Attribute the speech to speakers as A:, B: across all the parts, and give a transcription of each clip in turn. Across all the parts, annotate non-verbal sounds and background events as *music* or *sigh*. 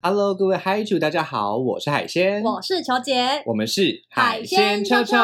A: Hello，各位嗨主，大家好，我是海鲜，
B: 我是球姐，
A: 我们是
B: 海鲜秋秋。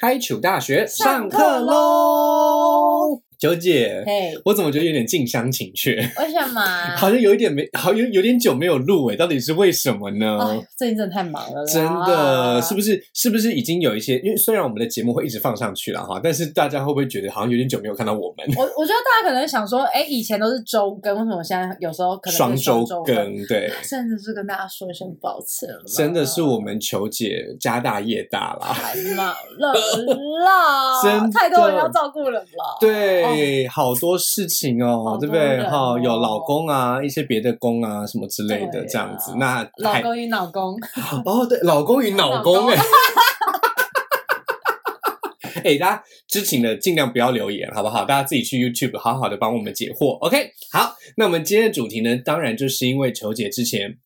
A: 嗨主大学
B: 上课喽！
A: 九姐，
B: 嘿，啊
A: 我怎么觉得有点近乡情怯？
B: 为什么？
A: *laughs* 好像有一点没，好像有点久没有录欸诶，到底是为什么呢？
B: 哎，最近真的太忙了啦，
A: 真的是不是是不是已经有一些？因为虽然我们的节目会一直放上去了哈，但是大家会不会觉得好像有点久没有看到我们
B: 我我觉得大家可能想说，哎，以前都是周更，为什么我现在有时候可能
A: 双
B: 是
A: 周
B: 周更？
A: 更？对，
B: 甚至是跟大家说一声抱歉了，
A: 真的是我们求姐家大业大啦。，
B: 太忙了
A: *laughs*
B: 啦
A: 真的
B: 太多人要照顾人了。哦
A: 对，好多事情哦，
B: 好多
A: 对不对？
B: 人
A: 哈、
B: 哦
A: 有老公啊，一些别的公啊，什么之类的，
B: 对啊
A: 这样子。那
B: 老
A: 还
B: 公与老公，
A: 哦，对，老公与脑公 *laughs*
B: 老公
A: 哎、哎、大家知情的尽量不要留言，好不好？大家自己去 YouTube 好好的帮我们解惑。OK，好，那我们今天的主题呢，当然就是因为球姐之前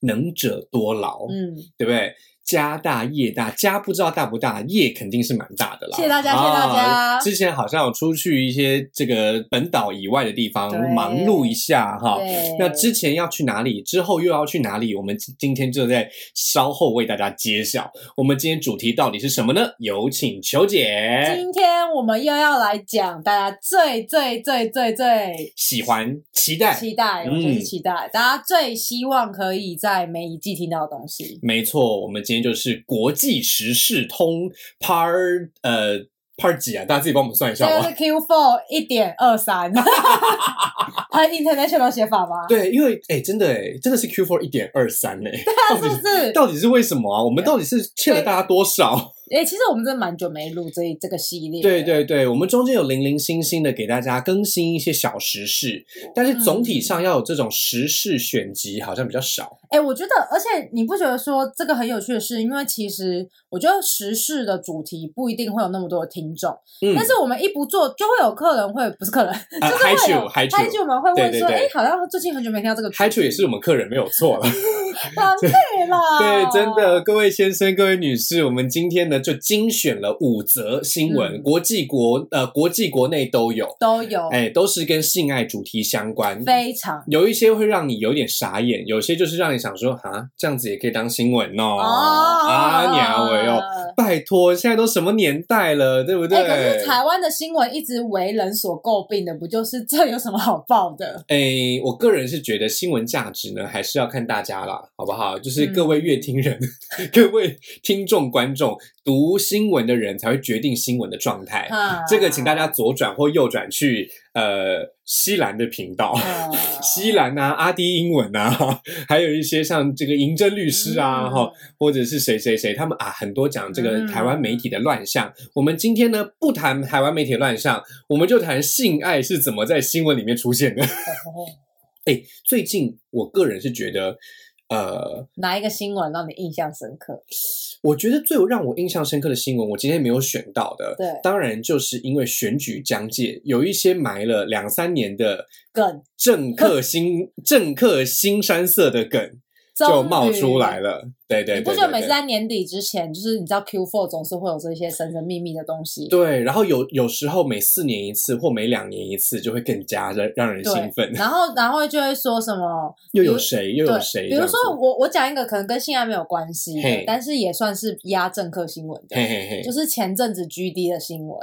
A: 能者多劳，
B: 嗯，
A: 对不对？家大业大，家不知道大不大，业肯定是蛮大的啦。
B: 谢谢大家谢谢大家
A: 啊之前好像有出去一些这个本岛以外的地方
B: 对
A: 忙碌一下哈。
B: 对，
A: 那之前要去哪里，之后又要去哪里，我们今今天就在稍后为大家揭晓。我们今天主题到底是什么呢？有请球姐。
B: 今天我们又要来讲大家最最最最最
A: 喜欢、期待，嗯
B: 期待，我觉得是期待，大家最希望可以在每一季听到的东西。
A: 没错，我们今天就是国际时事通 Part 呃 Part 几啊？大家自己帮我们算一
B: 这
A: 下好
B: 个是
A: 吗？
B: Q4 一点
A: *laughs*
B: 二三，很 international 写法吗？
A: 对，因为哎、真的哎、真的是 Q four 一点二三哎，到
B: 是不
A: 底 *laughs*
B: 是？
A: 到底是为什么啊？我们到底是欠了大家多少？
B: 哎、其实我们真的蛮久没录这一这个系列。
A: 对，对对，我们中间有零零星星的给大家更新一些小时事，但是总体上要有这种时事选集好像比较少。
B: 哎、我觉得，而且你不觉得说这个很有趣的是，因为其实我觉得时事的主题不一定会有那么多的听众，
A: 嗯，
B: 但是我们一不做，就会有客人会不是客人，
A: 啊
B: 就是会有
A: 嗨啾嗨啾
B: 嗨啾们会
A: 对对
B: 问说，
A: 对
B: 哎、好像最近很久没听到这个主题，
A: 嗨曲也是我们客人没有错了。
B: 浪费
A: *laughs*
B: 了。
A: 对，真的，各位先生、各位女士，我们今天呢就精选了五则新闻，
B: 嗯
A: 国际国呃国际国内都有，
B: 都有，
A: 哎，都是跟性爱主题相关。
B: 非常
A: 有一些会让你有点傻眼，有些就是让你想说啊，这样子也可以当新闻哦。啊，娘喂哦，拜托，现在都什么年代了，对不对？
B: 哎、可是台湾的新闻一直为人所诟病的，不就是这有什么好报的？
A: 哎，我个人是觉得新闻价值呢，还是要看大家啦，好不好？就是
B: 嗯
A: 各位乐听人、 *laughs* 各位听众、观众，读新闻的人才会决定新闻的状态。
B: 啊，
A: 哎这个，请大家左转或右转去呃西兰的频道。 *laughs*
B: 呃
A: 西兰啊，阿迪英文啊， *laughs* 还有一些像这个银针律师啊，
B: 嗯
A: 哈、或者是谁谁谁，他们啊，很多讲这个
B: 嗯
A: 台湾媒体的乱象。我们今天呢，不谈台湾媒体的乱象，我们就谈性爱是怎么在新闻里面出现的。 *laughs* 哎，最近我个人是觉得，呃，
B: 哪一个新闻让你印象深刻？
A: 我觉得最有让我印象深刻的新闻，我今天没有选到的，
B: 对
A: 当然就是因为选举将届，有一些埋了两三年的
B: 梗
A: 政客新政客新山色的梗。就冒出来。了。对
B: 终于
A: 对
B: 你不
A: 对
B: 觉得
A: 对
B: 每次
A: 对。
B: 在年底之前，就是你知道 Q4 总是会有这些神神秘秘的东西，
A: 对，然后有有时候每四年一次或每两年一次，就会更加让让人
B: 对
A: 兴奋。 *laughs*
B: 然后然后就会说什么
A: 又有
B: 比如
A: 谁 *laughs* 又有
B: 对
A: 谁？
B: 比
A: 这
B: 如
A: 样子
B: 说，我我讲一个可能跟性爱没有关系
A: 嘿
B: 的，但是也算是压政客新闻的，
A: 嘿嘿嘿，
B: 就是前阵子 G D 的新闻，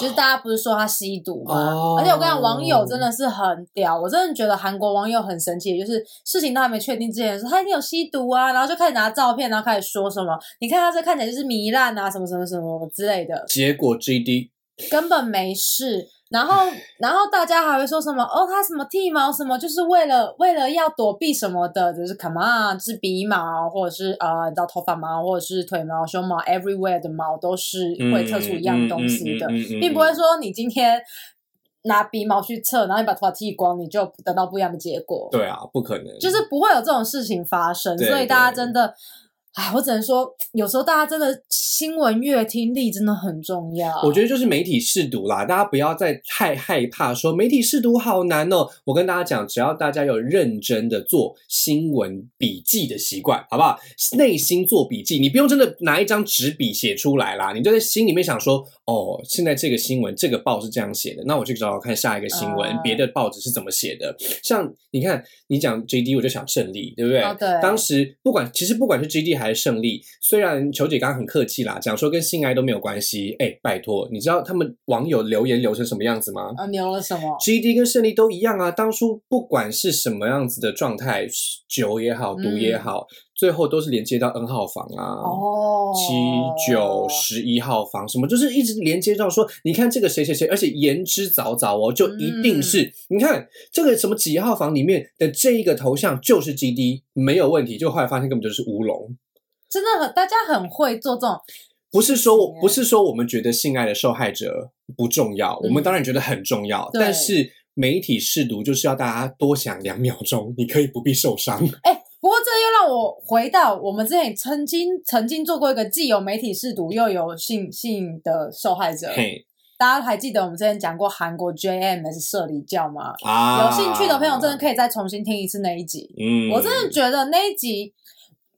B: 就是大家不是说他吸毒吗？
A: 哦
B: 而且我跟你讲，网友真的是很屌，我真的觉得韩国网友很神奇，就是事情都还没确定之前说他一定有吸毒啊，然后就开始拿照片，然后开始说什么，你看他这看起来就是糜烂啊，什么什么什么之类的，
A: 结果 GD
B: 根本没事。然后，
A: *laughs*
B: 然后大家还会说什么？哦，他什么剃毛什么，就是为了为了要躲避什么的，就是 come on，就是鼻毛或者是呃，你知道头发毛或者是腿毛、胸毛，everywhere 的毛都是会测出一样
A: 嗯
B: 的东西的，并不会说你今天拿鼻毛去测，然后你把头发剃光，你就得到不一样的结果。
A: 对啊，不可能。
B: 就是不会有这种事情发生，
A: 对
B: 所以大家真的哎，我只能说，有时候大家真的新闻阅听力真的很重要。
A: 我觉
B: 得
A: 得就是媒体试读啦，大家不要再太害怕说媒体试读好难哦。我跟大家讲，只要大家有认真的做新闻笔记的习惯，好不好？内心做笔记，你不用真的拿一张纸笔写出来啦，你就在心里面想说，哦，现在这个新闻这个报是这样写的，那我去找找看下一个新闻、
B: 啊
A: 别的报纸是怎么写的。像你看，你讲 JD，我就想胜利，对不对？
B: 哦对
A: 当时不管其实不管是 GD 还是胜利，虽然球姐刚刚很客气啦，讲说跟性爱都没有关系，哎，拜托，你知道他们网友留言留成什么样子吗、
B: 啊，留了什么？
A: g d 跟胜利都一样啊，当初不管是什么样子的状态，酒也好，毒也好，最后都是连接到 N 号房啊。
B: 哦，
A: 七九十一号房什么，就是一直连接到说，你看这个谁谁谁，而且言之凿凿哦，就一
B: 嗯
A: 定是、你看这个什么几号房里面的这一个头像就是 GD 没有问题，就后来发现根本就是乌龙。
B: 真的很，大家很会做这种，
A: 不是说我
B: 是啊
A: 不是说我们觉得性爱的受害者不重要，我们当然觉得很重要，
B: 嗯对
A: 但是媒体试读就是要大家多想两秒钟，你可以不必受伤。
B: 哎，不过这又让我回到我们之前曾经曾经做过一个既有媒体试毒又有性性的受害者，
A: 嘿
B: 大家还记得我们之前讲过韩国 JMS 社里教吗？
A: 啊，
B: 有兴趣的朋友真的可以再重新听一次那一集。
A: 嗯，
B: 我真的觉得那一集，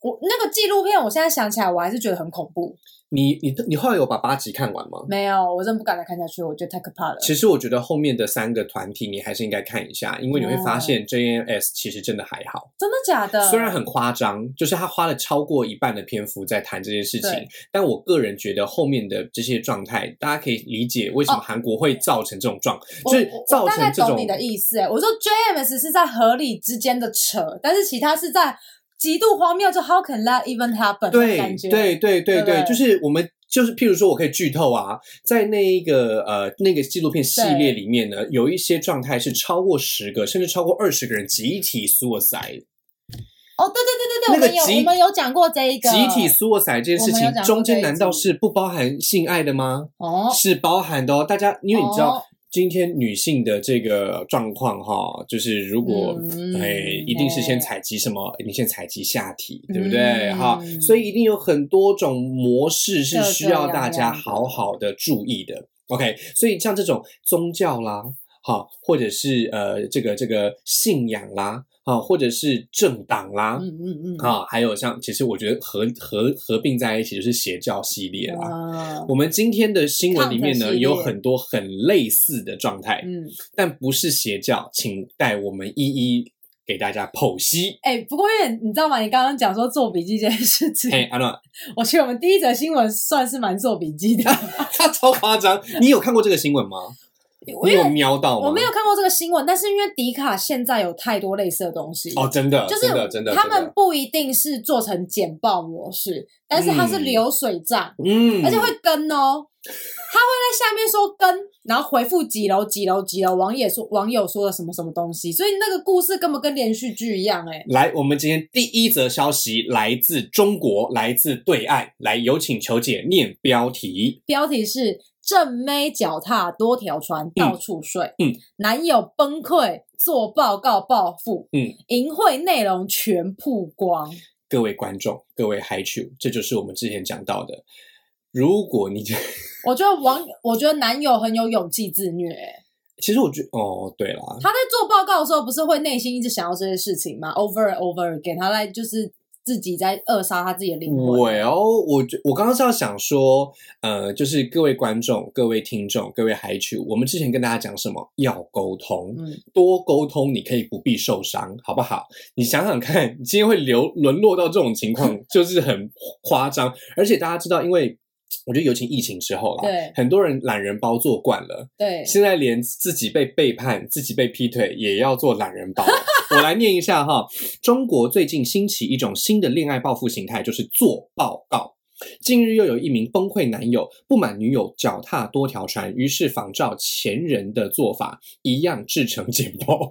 B: 我那个纪录片，我现在想起来我还是觉得很恐怖。
A: 你你你后来有把八集看完吗？
B: 没有，我真不敢再看下去，我觉得太可怕了。
A: 其实我觉得后面的三个团体你还是应该看一下，因为你会发
B: 哦
A: 现 JNS 其实真的还好，
B: 真的假的？
A: 虽然很夸张，就是他花了超过一半的篇幅在谈这件事情
B: 对，
A: 但我个人觉得后面的这些状态，大家可以理解为什么
B: 哦
A: 韩国会造成这种状，
B: 我
A: 就是
B: 我
A: 造
B: 我大概
A: 成这
B: 懂
A: 种
B: 你的意思、欸。我说 JMS 是在合理之间的扯，但是其他是在极度荒谬，就 How can that even happen？的
A: 对
B: 感觉
A: 对对对
B: 对不对
A: 就是我们就是譬如说，我可以剧透啊，在那一个呃那个纪录片系列里面呢，有一些状态是超过十个甚至超过二十个人集体 suicide。
B: 哦，对对
A: 那个
B: 对对对，我们有
A: 集
B: 我们有讲过这一个
A: 集体 suicide 这件事
B: 我们有
A: 情
B: 讲过
A: 中间
B: 这一
A: 难道
B: 集
A: 是不包含性爱的吗？
B: 哦，
A: 是包含的哦。大家因为你知道
B: 哦
A: 今天女性的这个状况哈，就是如果
B: 嗯
A: 哎一定是先
B: 哎
A: 采集什么？你先采集下体，对不对？
B: 嗯
A: 哈，所以一定有很多种模式是
B: 各
A: 需
B: 种
A: 要
B: 样
A: 大家
B: 样的
A: 好好的注意的。OK，所以像这种宗教啦，哈，或者是呃这个这个信仰啦，啊，或者是政党啦，
B: 嗯嗯嗯，
A: 啊，还有像，其实我觉得合合合并在一起就是邪教系列啦。
B: 哇
A: 我们今天的新闻里面
B: 抗
A: 呢，
B: 衡系列
A: 有很多很类似的状态，
B: 嗯，
A: 但不是邪教，请带我们一一给大家剖析。
B: 哎、不过因为你知道吗？你刚刚讲说做笔记这件事情，
A: 哎，阿暖， *laughs*
B: 我觉得我们第一则新闻算是蛮做笔记的，
A: 他超夸张！你有看过这个新闻吗？你
B: 因
A: 有
B: 为
A: 瞄到吗？
B: 我没有看过这个新闻，但是因为迪卡现在有太多类似的东西
A: 哦，真的，
B: 就是
A: 真的，真的，
B: 他
A: 真的
B: 们不一定是做成简报模式，但是它是
A: 嗯
B: 流水账，
A: 嗯，
B: 而且会跟哦。他会在下面说跟，然后回复几楼几楼几楼，网友说网友说了什么什么东西，所以那个故事根本跟连续剧一样哎、
A: 来，我们今天第一则消息来自中国，来自对岸，来有请球姐念标题。
B: 标题是“正妹脚踏多条船，到处睡”，
A: 嗯
B: 男友崩溃做报告报复，
A: 嗯，
B: 淫秽内容全曝光，
A: 各位观众，各位嗨球，这就是我们之前讲到的。如果你
B: 我觉得网，我觉得男友很有勇气自虐、欸
A: 其实我觉得哦，对啦，
B: 他在做报告的时候，不是会内心一直想要这些事情吗？Over and over again，他在就是自己在扼杀他自己的灵魂。
A: Well，我觉我刚刚是要想说，呃，就是各位观众、各位听众、各位嗨球，我们之前跟大家讲什么？要沟通，
B: 嗯，
A: 多沟通，你可以不必受伤，好不好？你想想看，你今天会流沦落到这种情况，
B: *laughs*
A: 就是很夸张。而且大家知道，因为我觉得尤其疫情之后啦，
B: 对
A: 很多人懒人包做惯了。
B: 对，
A: 现在连自己被背叛、自己被劈腿也要做懒人包。我来念一下哈，中国最近兴起一种新的恋爱报复形态，就是做报告。近日又有一名崩溃男友不满女友脚踏多条船，于是仿照前人的做法，一样制成简报，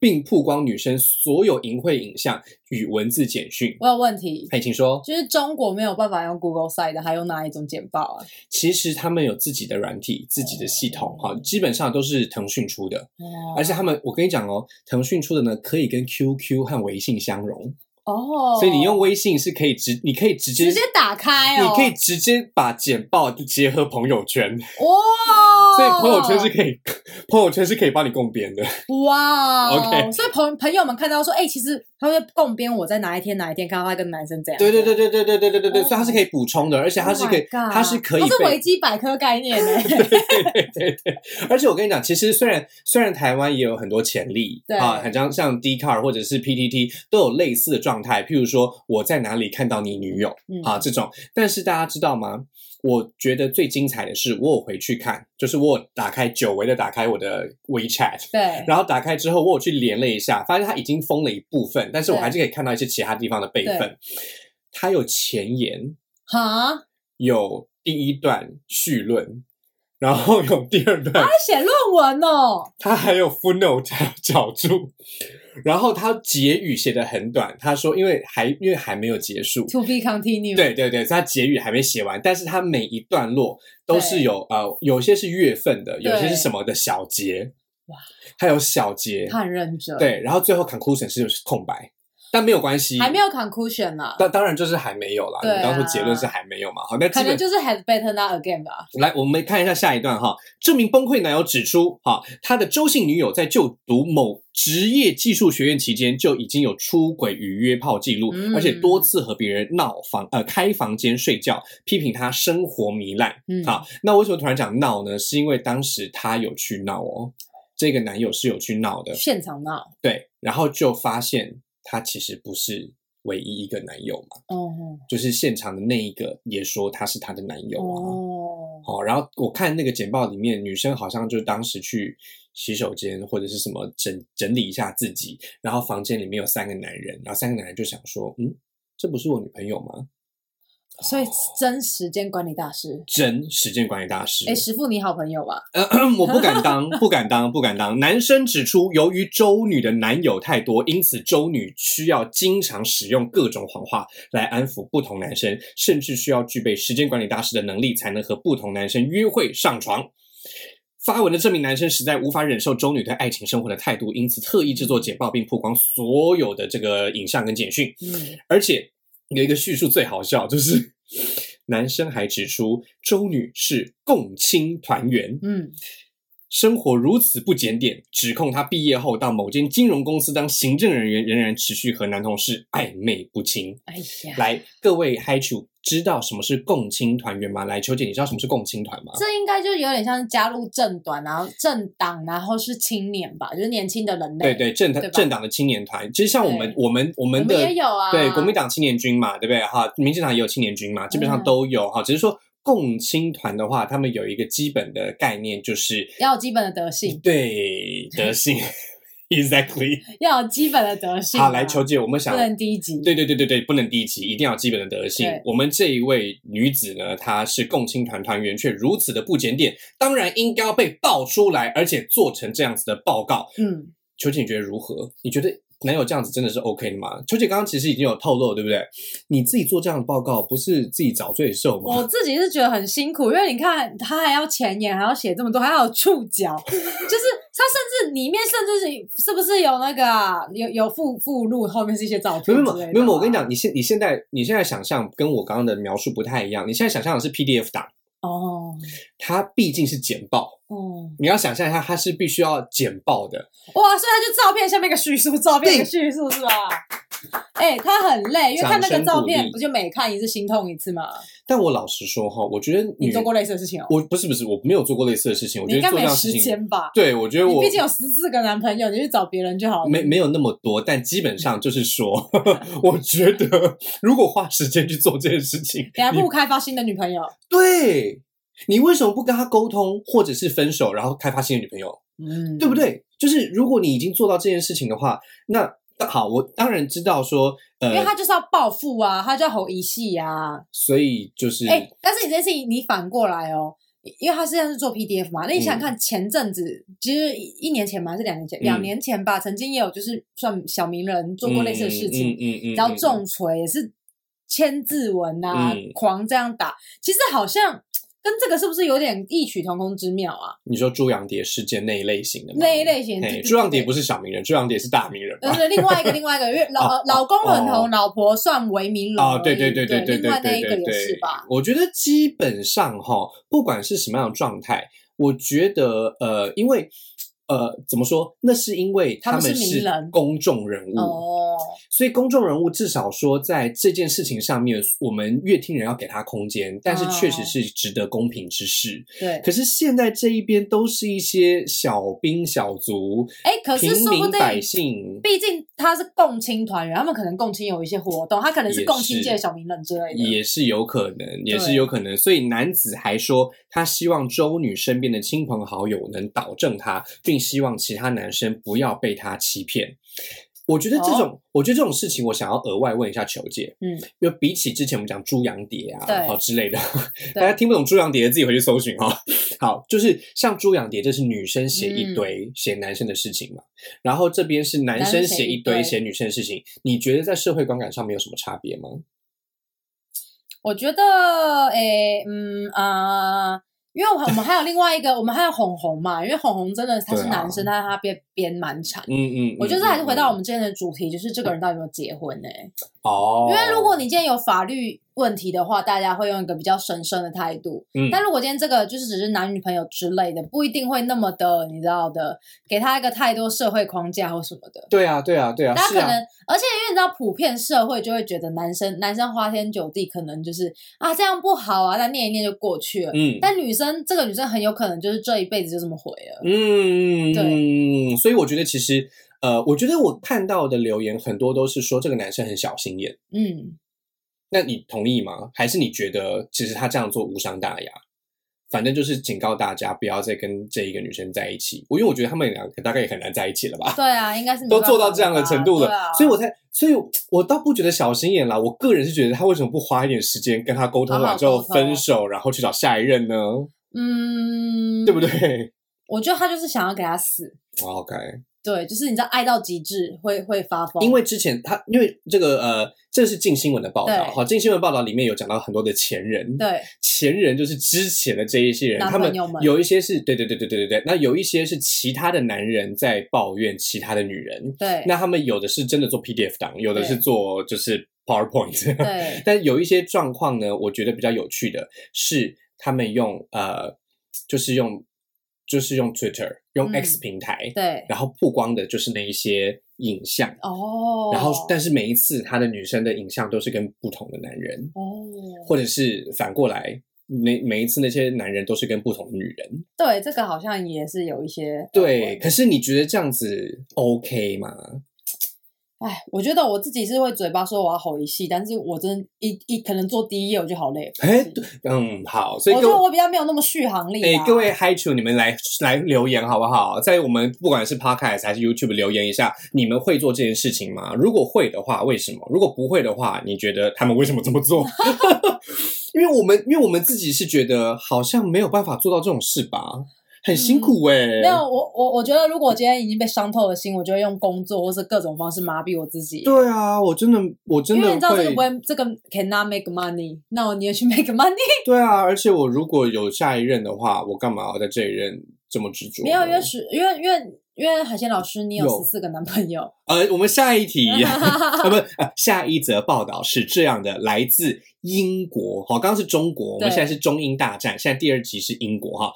A: 并曝光女生所有淫秽影像与文字简讯。
B: 我有问题。
A: 嘿，请说。
B: 就是中国没有办法用 Google Site 的，还有哪一种简报啊？
A: 其实他们有自己的软体、自己的系统，哈，基本上都是腾讯出的。而且他们，我跟你讲哦，腾讯出的呢，可以跟 QQ 和微信相容。
B: 哦，
A: 所以你用微信是可以直，你可以直接
B: 直接打开
A: 你
B: 哦，
A: 可以直接把简报结合朋友圈，
B: 哇，
A: 所以朋友圈是可以，朋友圈是可以帮你共编的。
B: 哇哦
A: OK
B: 所以朋朋友们看到说，哎、其实他会共编我在哪一天哪一天看到他跟男生这样，
A: 对对对对对对对对对对，
B: 哦
A: 所以它是可以补充的，而且
B: Oh
A: 它是可以，
B: my god 哦
A: 它是可以
B: 它是维
A: 被，
B: 基百科概念
A: *laughs*
B: 欸呢、
A: 对对对。而且我跟你讲，其实虽然虽然台湾也有很多潜力
B: 对
A: 啊，很像像 d c a r 或者是 PTT 都有类似的状态，譬如说我在哪里看到你女友
B: 嗯
A: 啊这种，但是大家知道吗？我觉得最精彩的是，我有回去看，就是我有打开久违的打开我的 WeChat，
B: 对，
A: 然后打开之后，我有去连了一下，发现它已经封了一部分，但是我
B: 对
A: 还是可以看到一些其他地方的备份。它有前言，
B: 哈，
A: 有第一段序论，然后有第二段
B: 他，写论文哦，
A: 它还有 footnote 找注，然后它结语写的很短，他说因为还因为还没有结束。
B: ，to be continued，
A: 对对对，所以它结语还没写完，但是它每一段落都是有呃，有些是月份的，有些是什么的小节，
B: 哇，
A: 还有小节，
B: 他很认真，，
A: 对，然后最后 conclusion 是空白，但没有关系，
B: 还没。有 conclusion 呢、啊，
A: 当当然就是还没有啦，
B: 对啊
A: 你刚说结论是还没有嘛？好，那基
B: 可能
A: 本
B: 就是 had better not again 吧，
A: 来，我们看一下下一段哈。这名崩溃男友指出，哈，他的周姓女友在就读某职业技术学院期间就已经有出轨与约炮记录，
B: 嗯
A: 而且多次和别人闹房呃开房间睡觉，批评他生活糜烂。
B: 嗯，
A: 好，那为什么突然讲闹呢？是因为当时他有去闹哦，这个男友是有去闹的，
B: 现场闹，
A: 对，然后就发现他其实不是唯一一个男友嘛，
B: 哦
A: 就是现场的那一个也说他是他的男友啊。
B: 哦，
A: 哦，然后我看那个简报里面，女生好像就当时去洗手间或者是什么整整理一下自己，然后房间里面有三个男人，然后三个男人就想说，嗯，这不是我女朋友吗？
B: 所以真时间管理大师，
A: 真时间管理大师，
B: 哎、师傅你好朋友啊吧，
A: 我不敢当，不敢当，不敢当。男生指出，由于周女的男友太多，因此周女需要经常使用各种谎话来安抚不同男生，甚至需要具备时间管理大师的能力，才能和不同男生约会上床。发文的这名男生实在无法忍受周女对爱情生活的态度，因此特意制作简报并曝光所有的这个影像跟简讯。
B: 嗯，
A: 而且有一个叙述最好笑，就是 *laughs* 男生还指出周女是共青团员，
B: 嗯，
A: 生活如此不检点，指控她毕业后到某间金融公司当行政人员，仍然持续和男同事暧昧不清。
B: 哎呀，
A: 来，各位嗨主知道什么是共青团员吗？来，秋姐，你知道什么是共青团吗？
B: 这应该就有点像是加入政团，然后政党，然后是青年吧，就是年轻的人
A: 对
B: 类。
A: 对，政
B: 对吧
A: 党政党的青年团，其实像我们
B: 对
A: 我们我
B: 我
A: 们
B: 们
A: 的
B: 也有啊。
A: 对，国民党青年军嘛，对不对？哈，民进党也有青年军嘛，基本上
B: 嗯
A: 都有哈。只是说共青团的话，他们有一个基本的概念，就是
B: 要有基本的德性，
A: 对
B: *laughs*
A: 德性 *laughs* ，exactly。
B: 要有基本的德性、啊
A: 好，来求，姐，我们想
B: 不。能低级。
A: 对对对对对，不能低级，一定要有基本的德性
B: 对。
A: 我们这一位女子呢，她是共青团团员，却如此的不检点，当然应该要被爆出来，而且做成这样子的报告。
B: 嗯，
A: 秋姐，你觉得如何？你觉得男友这样子真的是 OK 的吗？秋姐刚刚其实已经有透露，对不对？你自己做这样的报告，不是自己找罪受吗？
B: 我自己是觉得很辛苦，因为你看他还要前言，还要写这么多，还要有触角， *laughs* 就是他甚至里面甚至是是不是有那个啊、有有附附录，后面是一些照
A: 没
B: 片
A: 有
B: 之
A: 没
B: 类的
A: 有
B: 啊
A: 没有，我跟你讲，你现你现在你现在想象跟我刚刚的描述不太一样。你现在想象的是 PDF 档，
B: 哦
A: 它毕竟是简报，
B: 哦，
A: 你要想象一下，它是必须要简报的。
B: 哇，所以他就照片下面一个叙述，照片一个
A: 对
B: 叙述是吧？哎、他很累，因为看那
A: 掌
B: 个
A: 声
B: 照
A: 鼓
B: 片
A: 励
B: 不就每看一次心痛一次吗？
A: 但我老实说哈，我觉得
B: 你
A: 女
B: 做过类似的事情哦？
A: 我不是不是，我没有做过类似的事嗯情。我
B: 你
A: 觉得
B: 应该
A: 做这
B: 没
A: 样的
B: 时
A: 事情，
B: 间吧？
A: 对我觉得
B: 你
A: 我
B: 毕竟有十四个男朋友，你去找别人就好了。
A: 没没有那么多，但基本上就是说， *laughs* 我觉得如果花时间去做这件事情，
B: 你还不
A: 你
B: 如开发新的女朋友。
A: 对你为什么不跟他沟通，或者是分手，然后开发新的女朋友，
B: 嗯，
A: 对不？对？就是如果你已经做到这件事情的话，那好，我当然知道说，
B: 因为
A: 呃，
B: 他就是要报复啊，他就要吼一系啊。
A: 所以就是、
B: 哎、但是你这件事情你反过来哦，因为他现在是做 PDF 嘛，那你想想看，前阵子、其实一一年前嘛，还是两年前？
A: 嗯
B: 两年前吧，曾经也有就是算小名人做过类似的事情，
A: 嗯嗯嗯，
B: 比较
A: 嗯，
B: 重锤也是千字文啊，
A: 嗯
B: 狂这样打。其实好像跟这个是不是有点异曲同工之妙啊？
A: 你说猪羊蝶事件那一类型的吗？
B: 那一类型，
A: 嗯嘿
B: 对
A: 猪羊蝶不是小名人，猪羊蝶是大名人
B: 对
A: 吧？啊
B: 对，另外一个，另外一个，因为老
A: 哦
B: 老公很
A: 哦
B: 红，老婆算为名龙而
A: 哦
B: 已。，
A: 对对对
B: 对
A: 对对对
B: 另外那
A: 对
B: 一个
A: 对
B: 也是
A: 对
B: 吧。，
A: 我觉得基本上哈，不管是什么样的状态，我觉得呃，因为呃，怎么说？那是因为
B: 他们
A: 们
B: 是
A: 是
B: 名人
A: 公众人物，
B: 哦，
A: 所以公众人物至少说在这件事情上面，我们乐听人要给他空间，但是
B: 哦
A: 确实是值得公平之事。
B: 对。
A: 可是现在这一边都是一些小兵小卒、
B: 哎，可是
A: 平
B: 说不
A: 民
B: 定，
A: 百姓。
B: 毕竟他是共青团员，他们可能共青有一些活动，他可能
A: 也
B: 是共青
A: 是
B: 界的小名人之类的。
A: 也是有可能，也是
B: 对
A: 有可能。所以男子还说，他希望周女身边的亲朋好友能导正他，并希望其他男生不要被他欺骗。我觉得这
B: 哦
A: 种，我觉得这种事情，我想要额外问一下球姐，
B: 嗯，
A: 因为比起之前我们讲猪羊蝶啊，
B: 对
A: 好之类的，大
B: 对
A: 家听不懂猪羊蝶，自己回去搜寻哈、好，就是像猪羊蝶，这是女生写一
B: 嗯
A: 堆写男生的事情嘛，然后这边是男
B: 男
A: 生
B: 生
A: 写
B: 写一
A: 一堆
B: 堆
A: 写女生的事情，你觉得在社会观感上面有什么差别吗？
B: 我觉得，诶、嗯啊、呃因为我们我们还有另外一个，我们还有红红嘛，因为红红真的他是
A: 对啊
B: 男生，但是他编编蛮长。
A: 嗯嗯，
B: 我觉得
A: 嗯
B: 这还是回
A: 嗯
B: 到我们之前的主题，就是这个人到底有没有结婚呢、
A: 哦，
B: 因为如果你今天有法律问题的话，大家会用一个比较神圣的态度。
A: 嗯
B: 但如果今天这个就是只是男女朋友之类的，不一定会那么的，你知道的，给他一个太多社会框架或什么的。
A: 对啊，对啊，对啊，
B: 大家
A: 是
B: 可
A: 啊
B: 能，，而且因为你知道，普遍社会就会觉得男生男生花天酒地，可能就是啊这样不好啊，但念一念就过去了。
A: 嗯。
B: 但女生这个女生很有可能就是这一辈子就这么毁了。
A: 嗯，
B: 对
A: 所以我觉得其实，呃，我觉得我看到的留言很多都是说这个男生很小心眼，
B: 嗯，
A: 那你同意吗？还是你觉得其实他这样做无伤大雅？反正就是警告大家不要再跟这一个女生在一起，我因为我觉得他们两个大概也很难在一起了吧。
B: 对啊，应该是没
A: 都
B: 办
A: 做
B: 法
A: 到这样的
B: 吧
A: 程度了，
B: 对啊、
A: 所以我才，所以我倒不觉得小心眼啦。我个人是觉得他为什么不花一点时间跟他沟通
B: 好好
A: 完之后
B: 沟通啊
A: 分手，然后去找下一任呢？
B: 嗯，
A: 对不？对
B: *laughs*
A: *laughs*
B: 我觉得他就是想要给他死，
A: ？OK，
B: 对，就是你知道爱到极致会会发疯，
A: 因为之前他因为这个呃，这是《近新闻》的报道，
B: 对
A: 好，《近新闻》报道里面有讲到很多的前人，
B: 对
A: 前人就是之前的这一些人，
B: 男
A: 他们
B: 朋友们
A: 有一些是对对对对对对对，那有一些是其他的男人在抱怨其他的女人，
B: 对
A: 那他们有的是真的做 PDF 档，有的是
B: 对
A: 做就是 PowerPoint，
B: 对
A: 但有一些状况呢，我觉得比较有趣的是，他们用呃，就是用就是用 Twitter 用
B: 嗯
A: X 平台，
B: 对
A: 然后曝光的就是那一些影像。
B: 哦，
A: 然后，但是每一次他的女生的影像都是跟不同的男人，
B: 哦，
A: 或者是反过来，每每一次那些男人都是跟不同的女人。
B: 对这个好像也是有一些
A: 对，可是你觉得这样子 OK 吗？
B: 哎，我觉得我自己是会嘴巴说我要吼一戏，但是我真的一一可能做第一页我就好累。
A: 哎，对，嗯，好，所以
B: 我
A: 各
B: 觉得
A: 位。
B: 我比较没有那么续航力、
A: 哎
B: 啊。，
A: 各位，嗨球，你们来来留言好不好？在我们不管是 Podcast 还是 YouTube 留言一下，你们会做这件事情吗？如果会的话，为什么？如果不会的话，你觉得他们为什么这么
B: *laughs*
A: 做？因为我们，因为我们自己是觉得好像没有办法做到这种事吧，很辛苦哎、
B: 嗯没有我我我觉得如果今天已经被伤透了心，我就会用工作或是各种方式麻痹我自己。
A: 对啊，我真的，我真
B: 因
A: 的
B: 为你知道这个
A: 会，
B: 不会，这个 cannot make money，那我宁愿去 *laughs* make money。
A: 对啊，而且我如果有下一任的话，我干嘛要在这一任这么执着呢？
B: 没有，因为十，因为因为因为海鲜老师，你有
A: 哦有
B: 十四个男朋友，
A: 呃，我们下一
B: *laughs*
A: 题啊，不呃，下一则报道是这样的，来自英国，好，刚刚是中国，我们
B: 对
A: 现在是中英大战，现在第二集是英国哈。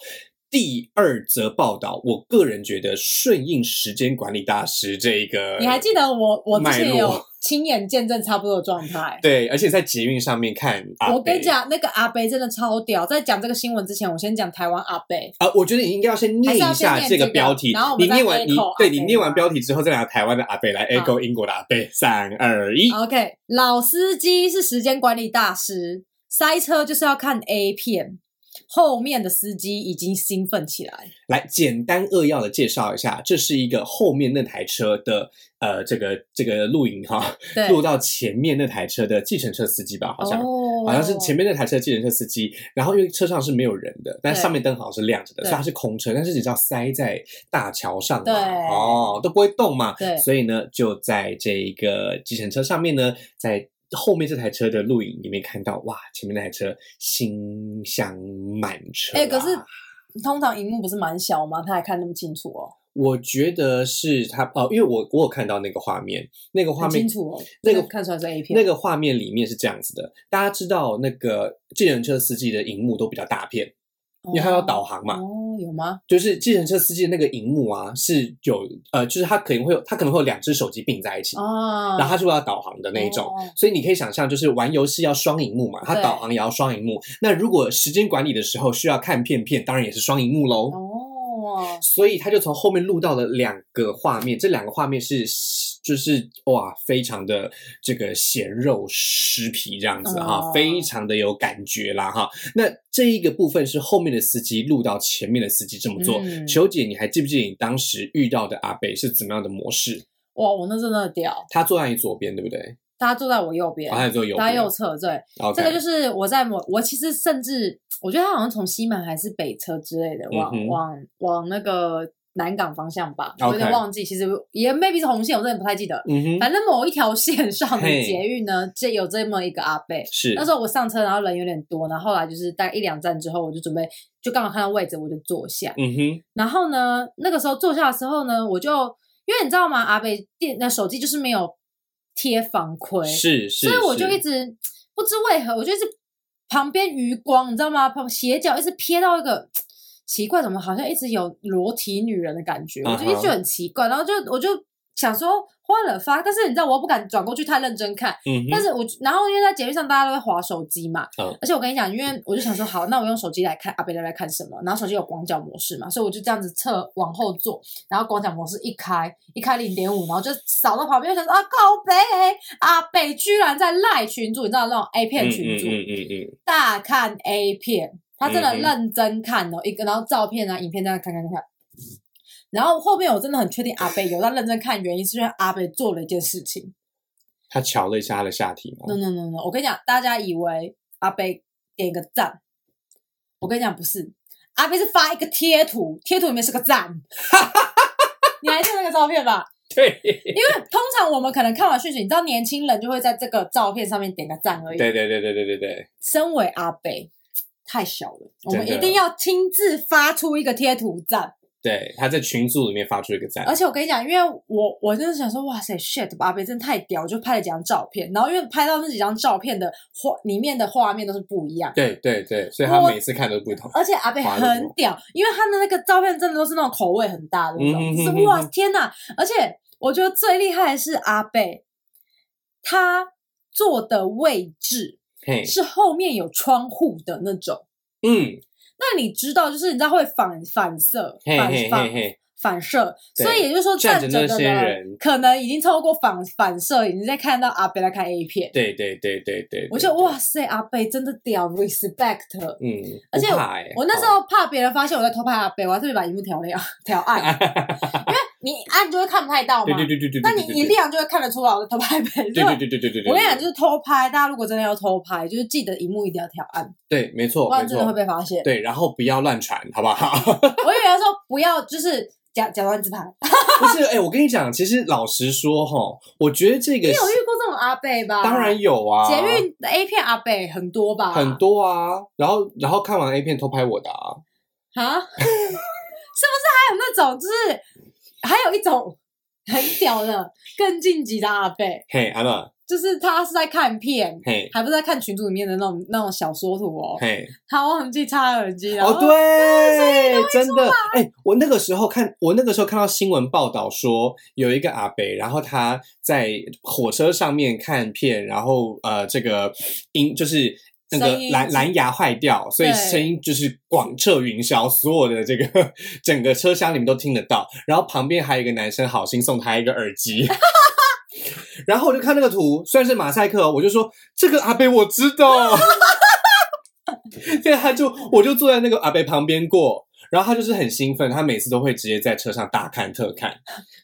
A: 第二则报道，我个人觉得顺应时间管理大师这一个，
B: 你还记得我我之
A: 脉
B: 前
A: 络
B: 有亲眼见证差不多的状态。
A: 对，而且在捷运上面看阿伯，
B: 我跟你讲，那个阿贝真的超屌。在讲这个新闻之前，我先讲台湾阿贝。
A: 啊、我觉得你应该要先念一
B: 还是要
A: 下
B: 先念
A: 这个
B: 这个
A: 标题，
B: 然后我
A: 你
B: 们再
A: 念完你
B: echo
A: 对
B: 阿
A: 你
B: 贝
A: 念完
B: 吗
A: 标题之后，再拿台湾的阿贝来 echo 英国的阿贝，三二一，
B: OK，老司机是时间管理大师，塞车就是要看 A 片。后面的司机已经兴奋起来，
A: 来简单扼要的介绍一下，这是一个后面那台车的呃这个这个录影哈，
B: 对，
A: 录到前面那台车的计程车司机吧，好像。
B: 哦，
A: 好像是前面那台车的计程车司机，然后因为车上是没有人的，但
B: 对
A: 上面灯好像是亮着的，
B: 对
A: 所以它是空车，但是你知道塞在大桥上嘛，
B: 对
A: 哦，都不会动嘛，
B: 对
A: 所以呢，就在这一个计程车上面呢，在后面这台车的录影里面看到，哇，前面那台车新香满车、啊。
B: 哎、可是通常荧幕不是蛮小吗？他还看那么清楚哦，
A: 我觉得是他哦，因为我我有看到那个画面，那个画
B: 很
A: 面
B: 清楚哦，
A: 那个
B: 看出来是 A 片。
A: 那个画面里面是这样子的，大家知道那个计程车司机的荧幕都比较大片，因为他要导航嘛。
B: 哦，有吗？
A: 就是计程车司机的那个荧幕啊，是有呃，就是他可能会有，他可能会有两只手机并在一起，
B: 啊，
A: 然后他是为了导航的那一种，
B: 哦
A: 所以你可以想象，就是玩游戏要双荧幕嘛，它
B: 对
A: 导航也要双荧幕。那如果时间管理的时候需要看片片，当然也是双荧幕喽。
B: 哦，
A: 所以他就从后面录到了两个画面，这两个画面是就是哇，非常的这个咸肉湿皮这样子哈，
B: 哦
A: 非常的有感觉啦哈。那这一个部分是后面的司机录到前面的司机这么做。
B: 嗯
A: 球姐，你还记不记得你当时遇到的阿北是怎么样的模式？
B: 哇，我那真的屌，
A: 他坐在你左边，对不对？
B: 他坐在我右边
A: 然后，他坐右边，
B: 他右侧，对，
A: o k
B: 这个就是我在我我其实甚至我觉得他好像从西门还是北车之类的，往、
A: 嗯哼
B: 往往那个南港方向吧
A: OK
B: 我有点忘记，其实也 maybe 是红线，我真的不太记得。
A: 嗯哼，
B: 反正某一条线上的
A: 嘿
B: 捷运呢，这有这么一个阿贝。
A: 是
B: 那时候我上车，然后人有点多，然后后来就是大概一两站之后，我就准备就刚好看到位置，我就坐下。
A: 嗯哼，
B: 然后呢，那个时候坐下的时候呢，我就因为你知道吗，阿贝电那手机就是没有贴防窥，
A: 是是，
B: 所以我就是一直不知为何，我就是旁边余光，你知道吗？旁斜角一直瞥到一个奇怪，怎么好像一直有裸体女人的感觉，我就一
A: 啊
B: 直
A: 哈
B: 很奇怪，然后就我就想说花了发，但是你知道我又不敢转过去太认真看，
A: 嗯
B: 但
A: 哼，
B: 是我然后因为在节目上大家都会划手机嘛，
A: 嗯
B: 而且我跟你讲，因为我就想说好，那我用手机来看阿贝在在看什么，然后手机有广角模式嘛，所以我就这样子侧往后坐，然后广角模式一开，一开零点五，然后就扫到旁边，我想说啊靠北，阿北居然在赖群主，你知道那种 A 片群主、
A: 嗯嗯嗯嗯嗯，
B: 大看 A 片，他真的
A: 嗯嗯
B: 认真看哦，一个然后照片啊、影片这样看看看看。然后后面我真的很确定阿北有在认真看，原因是因为阿北做了一件事情。
A: 他瞧了一下他的下体嘛
B: no，no no no！我跟你讲，大家以为阿贝点个赞，我跟你讲不是，阿贝是发一个贴图，贴图里面是个赞。 *laughs* 你还记得那个照片吧？
A: *laughs* 对
B: 因为通常我们可能看完讯息，你知道年轻人就会在这个照片上面点个赞而已。
A: 对对对对对对对，
B: 身为阿贝，太小了，我们
A: 真的
B: 一定要亲自发出一个贴图
A: *laughs*
B: 赞。
A: 对，他在群组里面发出一个赞，
B: 而且我跟你讲，因为我我真的想说，哇塞，shit，阿贝真的太屌，我就拍了几张照片，然后因为拍到那几张照片的画里面的画面都是不一样。
A: 对对对，所以他
B: 我
A: 每次看都不同，
B: 而且阿贝
A: 华人
B: 很
A: 哦
B: 屌，因为他的那个照片真的都是那种口味很大的那
A: 嗯
B: 种，
A: 哼
B: 就是
A: 哼哼
B: 哇
A: 哼
B: 天哪！而且我觉得最厉害的是阿贝，他坐的位置
A: 嘿，
B: 是后面有窗户的那种。
A: 嗯，
B: 那你知道，就是你知道会反反射、
A: 嘿
B: 反
A: 嘿
B: 反
A: 嘿嘿，
B: 反射，
A: 对
B: 所以也就是说，
A: 站
B: 站
A: 着
B: 着
A: 那
B: 的
A: 些人
B: 可能已经透过反反射，已经在看到阿贝在看 A 片。
A: 对对对对对，
B: 我
A: 对
B: 就，哇塞，阿贝真的屌，respect。
A: 嗯，
B: 而且
A: 不怕欸
B: 我那时，候怕别人发现我在偷拍阿贝，我还特别把荧幕调亮、 *laughs* 调
A: *laughs*
B: 暗，因为你暗就会看不太到
A: 好
B: 嘛。
A: 对对对对对，
B: 那
A: 对
B: 你一，亮就会看得出来我在偷拍阿贝。
A: 对对对对对对对对对，
B: 我跟你讲，就是偷拍，大家如果真的要偷拍，就是记得荧幕一定要调暗，
A: 对，没错
B: 不然
A: 哦没
B: 真的会
A: 错，
B: 被发现。
A: 对，然后不要乱传，好不好？
B: *laughs* 我以为他说不要，就是假假装自拍。
A: 不
B: 你
A: 是，哎，我跟你讲，其实老实说哈，我觉得这个
B: 哎有遇过这种阿贝吧？
A: 当然有啊，
B: 捷运的 A 片阿贝很多吧？
A: 很多啊，然后然后看完 A 片偷拍我的啊，
B: 啊，是 *laughs* 不是还有那种就是还有一种很屌的更晋级的阿贝？
A: 嘿，安娜，
B: 就是他是在看片，
A: 嘿，
B: 还不是在看群组里面的那种那种小说图哦。
A: 嘿，
B: 他忘记插耳机了。
A: 哦，对，真的，哎、我那个时候看，我那个时候看到新闻报道说，有一个阿北，然后他在火车上面看片，然后呃，这个音就是。那个
B: 声音
A: 蓝蓝牙坏掉，所以
B: 对
A: 声音就是广彻云霄，所有的这个整个车厢里面都听得到。然后旁边还有一个男生好心送他一个耳机， *laughs* 然后我就看那个图，虽然是马赛克哦，我就说这个阿北我知道。 *laughs* 对，他就我就坐在那个阿北旁边过，然后他就是很兴奋，他每次都会直接在车上大看特看，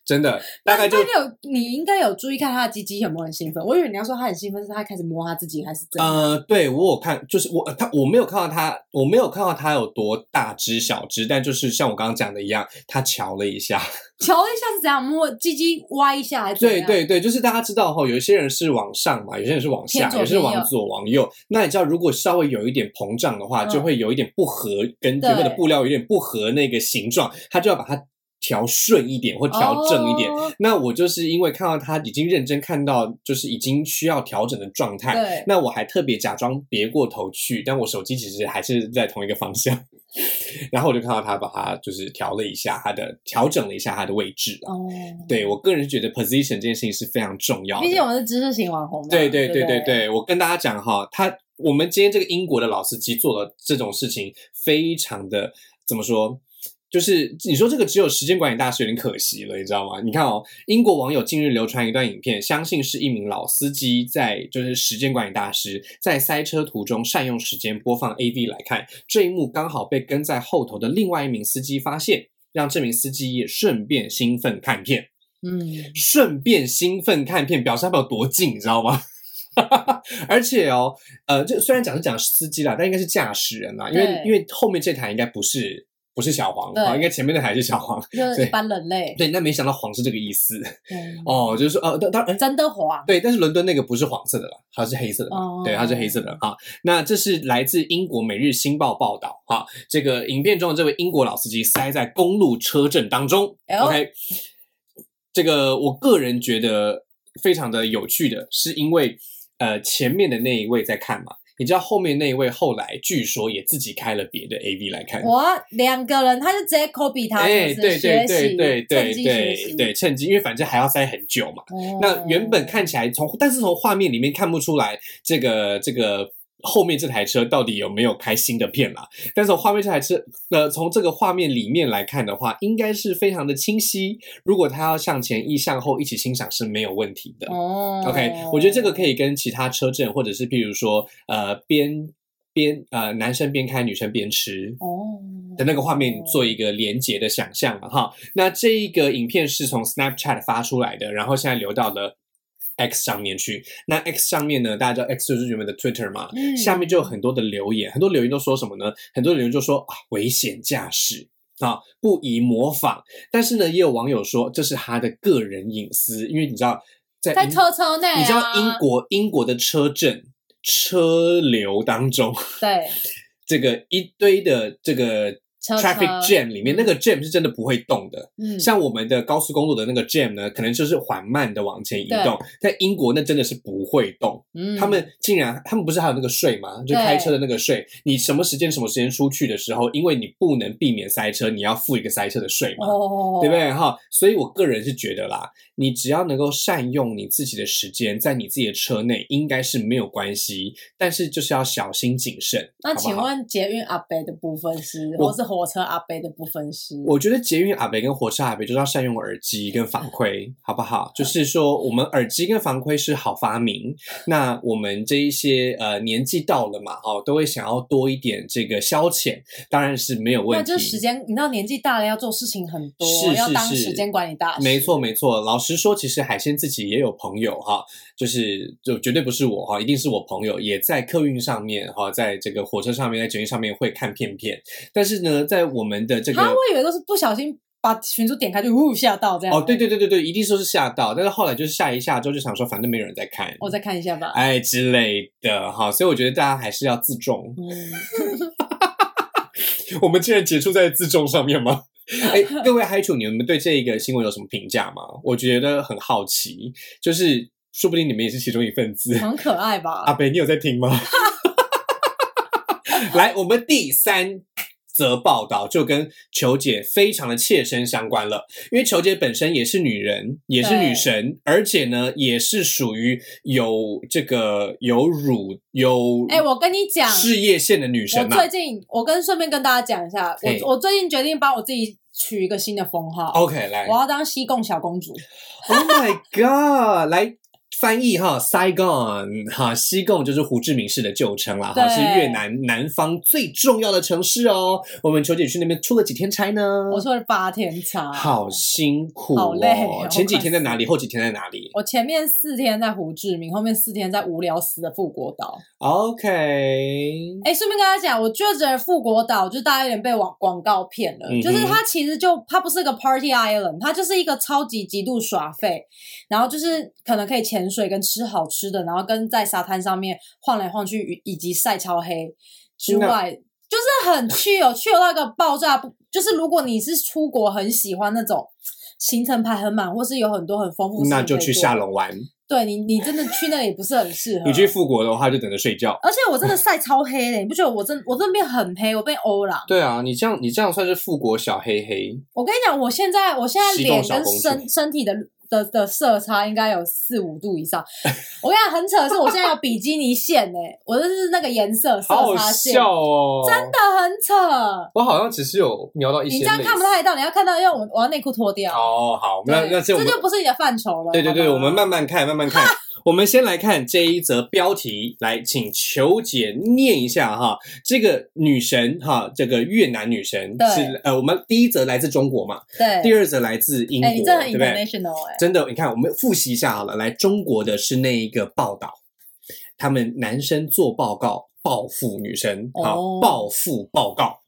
A: 真的，大概就
B: 但是他有，你应该有注意看他的鸡鸡有没有很兴奋。我以为你要说他很兴奋，是他开始摸他自己，还是怎样？
A: 呃，对我有看，就是我他我没有看到他，我没有看到他有多大只小只，但就是像我刚刚讲的一样，他瞧了一下，
B: 瞧一下是怎样摸鸡鸡歪一下还是怎
A: 对
B: 样？
A: 对对，就是大家知道哈，有些人是往上嘛，有些人是往下
B: 偏，左
A: 有些人
B: 偏
A: 往
B: 右
A: 左往右。那你知道，如果稍微有一点膨胀的话，
B: 嗯
A: 就会有一点不合，跟
B: 对
A: 原本的布料有点不合那个形状，它就要把它调顺一点或调正一点。
B: 哦
A: 那我就是因为看到他已经认真看到，就是已经需要调整的状态。
B: 对，
A: 那我还特别假装别过头去，但我手机其实还是在同一个方向。 *laughs* 然后我就看到他把它就是调了一下，它的调整了一下它的位置啊。
B: 哦，
A: 对我个人是觉得 position 这件事情是非常重要的。
B: 毕竟我们是知识型网红嘛。
A: 对对对
B: 对不
A: 对，对，我跟大家讲哈，他我们今天这个英国的老司机做了这种事情，非常的怎么说？就是你说这个只有时间管理大师有点可惜了，你知道吗？你看哦，英国网友近日流传一段影片，相信是一名老司机在就是时间管理大师在塞车途中善用时间播放 AV 来看，这一幕刚好被跟在后头的另外一名司机发现，让这名司机也顺便兴奋看片。
B: 嗯，
A: 顺便兴奋看片，表示他们有多近，你知道吗？ *laughs* 而且哦，呃，这虽然讲是讲司机啦，但应该是驾驶人啦，因为
B: 对
A: 因为后面这台应该不是不是小黄
B: 对
A: 啊，应该前面那台是小黄。 *laughs*
B: 就是一般人类。
A: 对，那没想到黄是这个意思
B: 嗯
A: 哦，就是说呃，当当然
B: 真的黄。
A: 对，但是伦敦那个不是黄色的啦，它是黑色的嘛。
B: 哦
A: 对，它是黑色的啊。那这是来自英国《每日新报》报道啊，这个影片中的这位英国老司机塞在公路车阵当中。
B: 哎呦
A: OK，这个我个人觉得非常的有趣的是，因为呃前面的那一位在看嘛，你知道后面那一位后来据说也自己开了别的 AV 来看。
B: 我两个人，他就直接 copy 他，
A: 哎，
B: 是不
A: 对对
B: 是学
A: 对
B: 习，
A: 对对
B: 趁机学
A: 对
B: 习。
A: 对，趁机，因为反正还要塞很久嘛。
B: 哦
A: 那原本看起来从，但是从画面里面看不出来这个这个后面这台车到底有没有开新的片啦。但是从画面这台车，呃，从这个画面里面来看的话，应该是非常的清晰。如果他要向前一向后一起欣赏是没有问题的。
B: 哦
A: OK，我觉得这个可以跟其他车阵，或者是譬如说，呃，边边呃男生边开，女生边吃，
B: 哦
A: 的那个画面做一个连接的想象嘛哈。那这一个影片是从 Snapchat 发出来的，然后现在流到了 X 上面去。那 X 上面呢，大家知道 X 就是原本的 Twitter 嘛，
B: 嗯
A: 下面就有很多的留言，很多留言都说什么呢？很多留言就说啊，危险驾驶。啊，不宜模仿。但是呢，也有网友说这是他的个人隐私，因为你知道，在
B: 在
A: 英
B: 车车内啊，
A: 你知道英国英国的车阵车流当中，
B: 对
A: 这个一堆的这个
B: 车
A: traffic
B: 车
A: jam 里面，那个 jam 是真的不会动的。
B: 嗯
A: 像我们的高速公路的那个 jam 呢，可能就是缓慢的往前移动，在英国那真的是不会动。
B: 嗯
A: 他们竟然，他们不是还有那个税吗？就
B: 对
A: 开车的那个税，你什么时间什么时间出去的时候，因为你不能避免塞车，你要付一个塞车的税嘛。
B: 哦，
A: 对不？对哈？所以我个人是觉得啦，你只要能够善用你自己的时间，在你自己的车内，应该是没有关系。但是就是要小心谨慎。好
B: 那
A: 不好
B: 请问捷运阿北的部分是，
A: 我
B: 或是火车阿北的部分是？
A: 我觉得捷运阿北跟火车阿北就是要善用耳机跟防窥，
B: 嗯
A: 好不好？就是说，我们耳机跟防窥是好发
B: *laughs*
A: 明。那我们这一些呃年纪到了嘛，哦，都会想要多一点这个消遣，当然是没有
B: 那
A: 问题。
B: 就是时间，你知道年纪大了要做事情很多，
A: 是
B: 要
A: 是
B: 当
A: 是
B: 时间管理大师。
A: 没错，没错。老实说，其实海鲜自己也有朋友哈，就是就绝对不是我哈，一定是我朋友，也在客运上面哈，在这个火车上面，在捷运上面会看片片。但是呢，在我们的这个
B: 他我以为都是不小心把群主点开就呜吓到这样。
A: 哦，对，对对对对，一定说是吓到，但是后来就是吓一吓之后就想说，反正没有人在看，
B: 我再看一下吧。
A: 哎之类的哈，所以我觉得大家还是要自重。
B: 嗯，
A: 我们竟然结束在自重上面吗？哎，各位嗨主，你们对这一个新闻有什么评价吗？我觉得很好奇，就是说不定你们也是其中一份子。
B: 很可爱吧？
A: 阿北，你有在听吗？ *laughs* 来，我们第三则报道就跟球姐非常的切身相关了，因为球姐本身也是女人，也是女神，而且呢，也是属于有这个有乳有
B: 哎、我跟你讲，
A: 事业线的女神
B: 我
A: 呐、
B: 最近我跟顺便跟大家讲一下，
A: 嘿哦
B: 我我最近决定帮我自己取一个新的封号，
A: OK，来
B: 我要当西贡小公主。
A: ，Oh my God，来翻译哈，Saigon 哈，西贡就是胡志明市的旧称啦，哈，
B: 对
A: 是越南南方最重要的城市哦。我们球姐去那边出了几天差呢？
B: 我说了八天差，
A: 好辛苦、哦，
B: 好累哦
A: 前几天在哪里？后几天在哪里
B: 我前面四天在胡志明，后面四天在无聊死的富国岛。
A: ？OK，
B: 哎，顺便跟大家讲，我觉得富国岛就是大家有点被网广告骗了，
A: 嗯哼
B: 就是它其实就它不是一个 party island，它就是一个超级极度耍废，然后就是可能可以潜水跟吃好吃的，然后跟在沙滩上面晃来晃去，以以及晒超黑之外，就是很去有去有那个爆炸不，就是如果你是出国很喜欢那种行程排很满，或是有很多很丰富的事情可以做，
A: 那就去下龙湾。
B: 对啊你，你真的去那里不是很适合。
A: 你去富国的话，就等着睡觉。
B: 而且我真的晒超黑嘞，你不觉得我真我真的变很黑，我变欧朗。
A: 对啊，你这样你这样算是富国小黑黑。
B: 我跟你讲，我现在我现在
A: 西贡
B: 脸
A: 小
B: 跟
A: 公主
B: 身身体的的的色差应该有四五度以上。我跟你讲，很扯的是，我现在有比基尼线呢，我就是那个颜色色
A: 好好
B: 差线，
A: 笑哦！真的，
B: 真的很扯。
A: 我好像只是有瞄到一些
B: 你
A: 类
B: 这
A: 似。
B: 样看不太到，你要看到要我我要内裤脱掉。
A: 哦，好，那
B: 对
A: 那是我
B: 这
A: 们
B: 就不是你的范畴了。
A: 对对对，
B: 好吧
A: 我们慢慢看，慢
B: *laughs*
A: 慢看。我们先来看这一则标题，来请球姐念一下哈。这个女神哈，这个越南女神
B: 对
A: 是呃，我们第一则来自中国嘛，第
B: 对，
A: 二则来自英国，
B: 哎，你真的很
A: 对不对？
B: international 哎，
A: 真的，你看，我们复习一下好了。来，中国的是那一个报道，他们男生做报告报复女生，好、
B: 哦
A: 报复报告。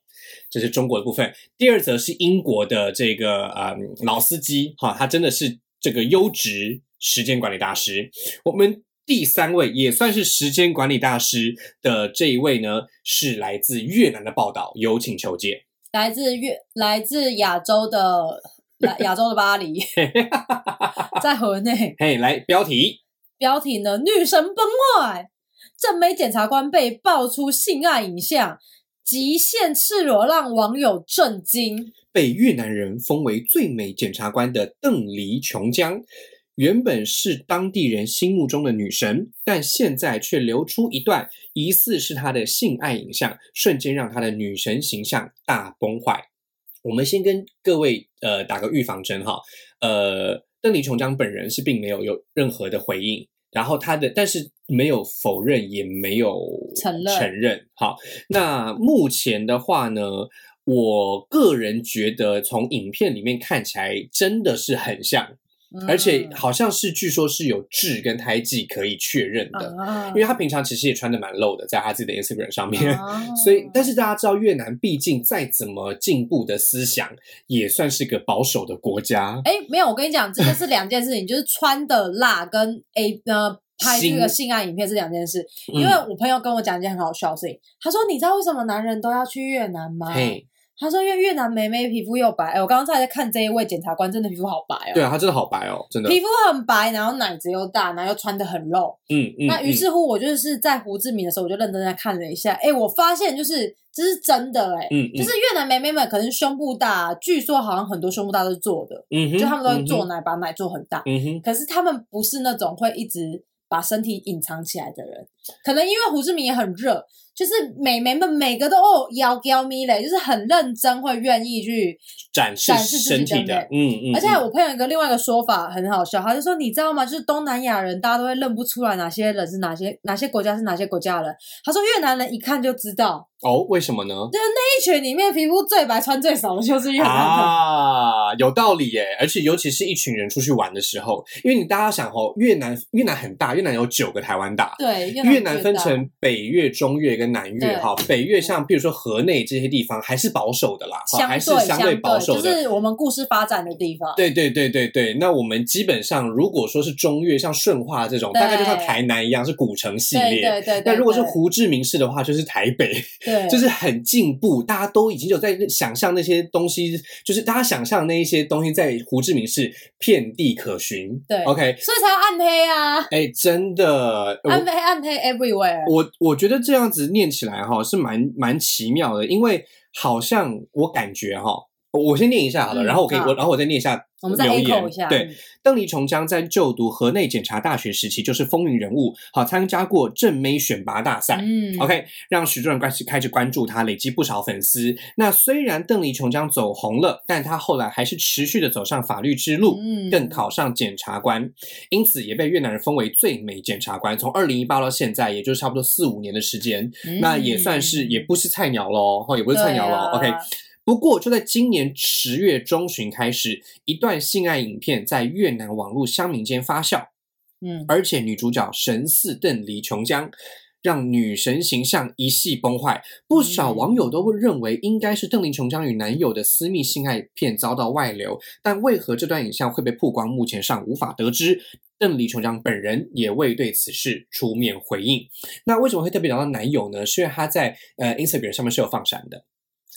A: 这是中国的部分。第二则是英国的这个呃老司机哈，他真的是这个优质时间管理大师。我们第三位也算是时间管理大师的这一位呢，是来自越南的报道，有请求解。
B: 来自越来自亚洲的来亚洲的
A: *laughs*
B: 巴黎，在河内。
A: 嘿，来标题，
B: 标题呢：女神崩坏，正美检察官被爆出性爱影像，极限赤裸让网友震惊。
A: 被越南人封为最美检察官的邓黎琼江，原本是当地人心目中的女神，但现在却流出一段疑似是她的性爱影像，瞬间让她的女神形象大崩坏。我们先跟各位呃打个预防针哈，呃，邓黎琼江本人是并没有有任何的回应，然后他的但是没有否认，也没有
B: 承认
A: 承认。好，那目前的话呢，我个人觉得从影片里面看起来真的是很像，
B: 嗯
A: 而且好像是据说是有痣跟胎记可以确认的，
B: 啊
A: 因为他平常其实也穿的蛮露的，在他自己的 Instagram 上面。
B: 啊
A: *laughs* 所以，但是大家知道，越南毕竟再怎么进步的思想，也算是个保守的国家。
B: 哎，没有，我跟你讲，这就是两件事情，就是穿的辣跟 A 呃拍这个性爱影片是两件事。哎因为
A: 嗯
B: 我朋友跟我讲一件很好笑的事情，他说：“你知道为什么男人都要去越南吗？”
A: 嘿，
B: 他说：“因为越南妹妹皮肤又白。”哎，我刚刚才在看这一位检察官，真的皮肤好白哦。
A: 对啊，他真的好白哦，真的。
B: 皮肤很白，然后奶子又大，然后又穿的很露。
A: 嗯嗯。
B: 那于
A: 嗯
B: 是乎，我就是在胡志明的时候，我就认真在看了一下。哎，我发现就是这是真的哎、
A: 嗯，
B: 就是越南妹妹们可能胸部大，据说好像很多胸部大都是做的，
A: 嗯哼，
B: 就他们都会
A: 嗯
B: 做
A: 哼。
B: 奶，把奶做很大。
A: 嗯哼，
B: 可是他们不是那种会一直把身体隐藏起来的人，可能因为胡志明也很热，就是美眉们每个都哦摇摇咪嘞，就是很认真，会愿意去
A: 展示
B: 展示自己
A: 身体
B: 的
A: 的，嗯嗯。
B: 而且
A: 嗯
B: 我朋友有一个另外一个说法很好笑，他就说你知道吗？就是东南亚人大家都会认不出来哪些人是哪些哪些国家是哪些国家人。他说越南人一看就知道，
A: 哦，为什么呢？
B: 那一群里面皮肤最白、穿最少的 *laughs* 就是越南人。
A: 啊，有道理耶！而且尤其是一群人出去玩的时候，因为你大家想哦，越南越南很大，越南有九个台湾大，
B: 对，
A: 越
B: 越
A: 南
B: 最
A: 分
B: 大
A: 成北越、中越跟南
B: 对
A: 越哈。北越像比如说河内这些地方还是保守的啦，哈
B: 相
A: 还
B: 对
A: 是相对保守的。
B: 就是我们故事发展的地方。
A: 对对对对对，那我们基本上如果说是中越，像顺化这种，大概就像
B: 对
A: 台南一样是古城系
B: 对
A: 列。
B: 对对。
A: 那
B: 对
A: 如果是
B: 对
A: 胡志明市的话，就是台北，
B: 对，
A: 就是很进步，大家都已经有在想象那些东西，就是大家想象那一些东西在胡志明市遍地可寻。
B: 对
A: ，OK，
B: 所以才要暗黑啊，
A: 哎，真的，我
B: 暗黑暗黑 everywhere。
A: 我我觉得这样子念起来哈、是蛮蛮奇妙的，因为好像我感觉哈、我我先念一下好了，
B: 嗯
A: 然后我可以
B: 好
A: 我然后我再念一下
B: 我们再
A: 留
B: echo
A: 言
B: 一下。嗯
A: 对，，邓丽琼江在就读河内检察大学时期就是风云人物，好参加过正妹选拔大赛。
B: 嗯
A: OK，让许多人开始开始关注她，累积不少粉丝。那虽然邓丽琼江走红了，但她后来还是持续的走上法律之路，
B: 嗯
A: 更考上检察官，因此也被越南人封为最美检察官。从二零一八到现在，也就是差不多四五年的时间，
B: 嗯
A: 那也算是也不是菜鸟喽，哦，也不是菜鸟喽。
B: 对
A: OK，
B: 啊
A: 不过就在今年十月中旬开始，一段性爱影片在越南网络乡民间发酵，
B: 嗯
A: 而且女主角神似邓丽琼江。让女神形象一系崩坏，不少
B: 嗯
A: 网友都会认为应该是邓丽琼江与男友的私密性爱片遭到外流，但为何这段影像会被曝光，目前尚无法得知。邓丽琼江本人也未对此事出面回应。那为什么会特别聊到男友呢？是因为她在呃 Instagram 上面是有放闪的。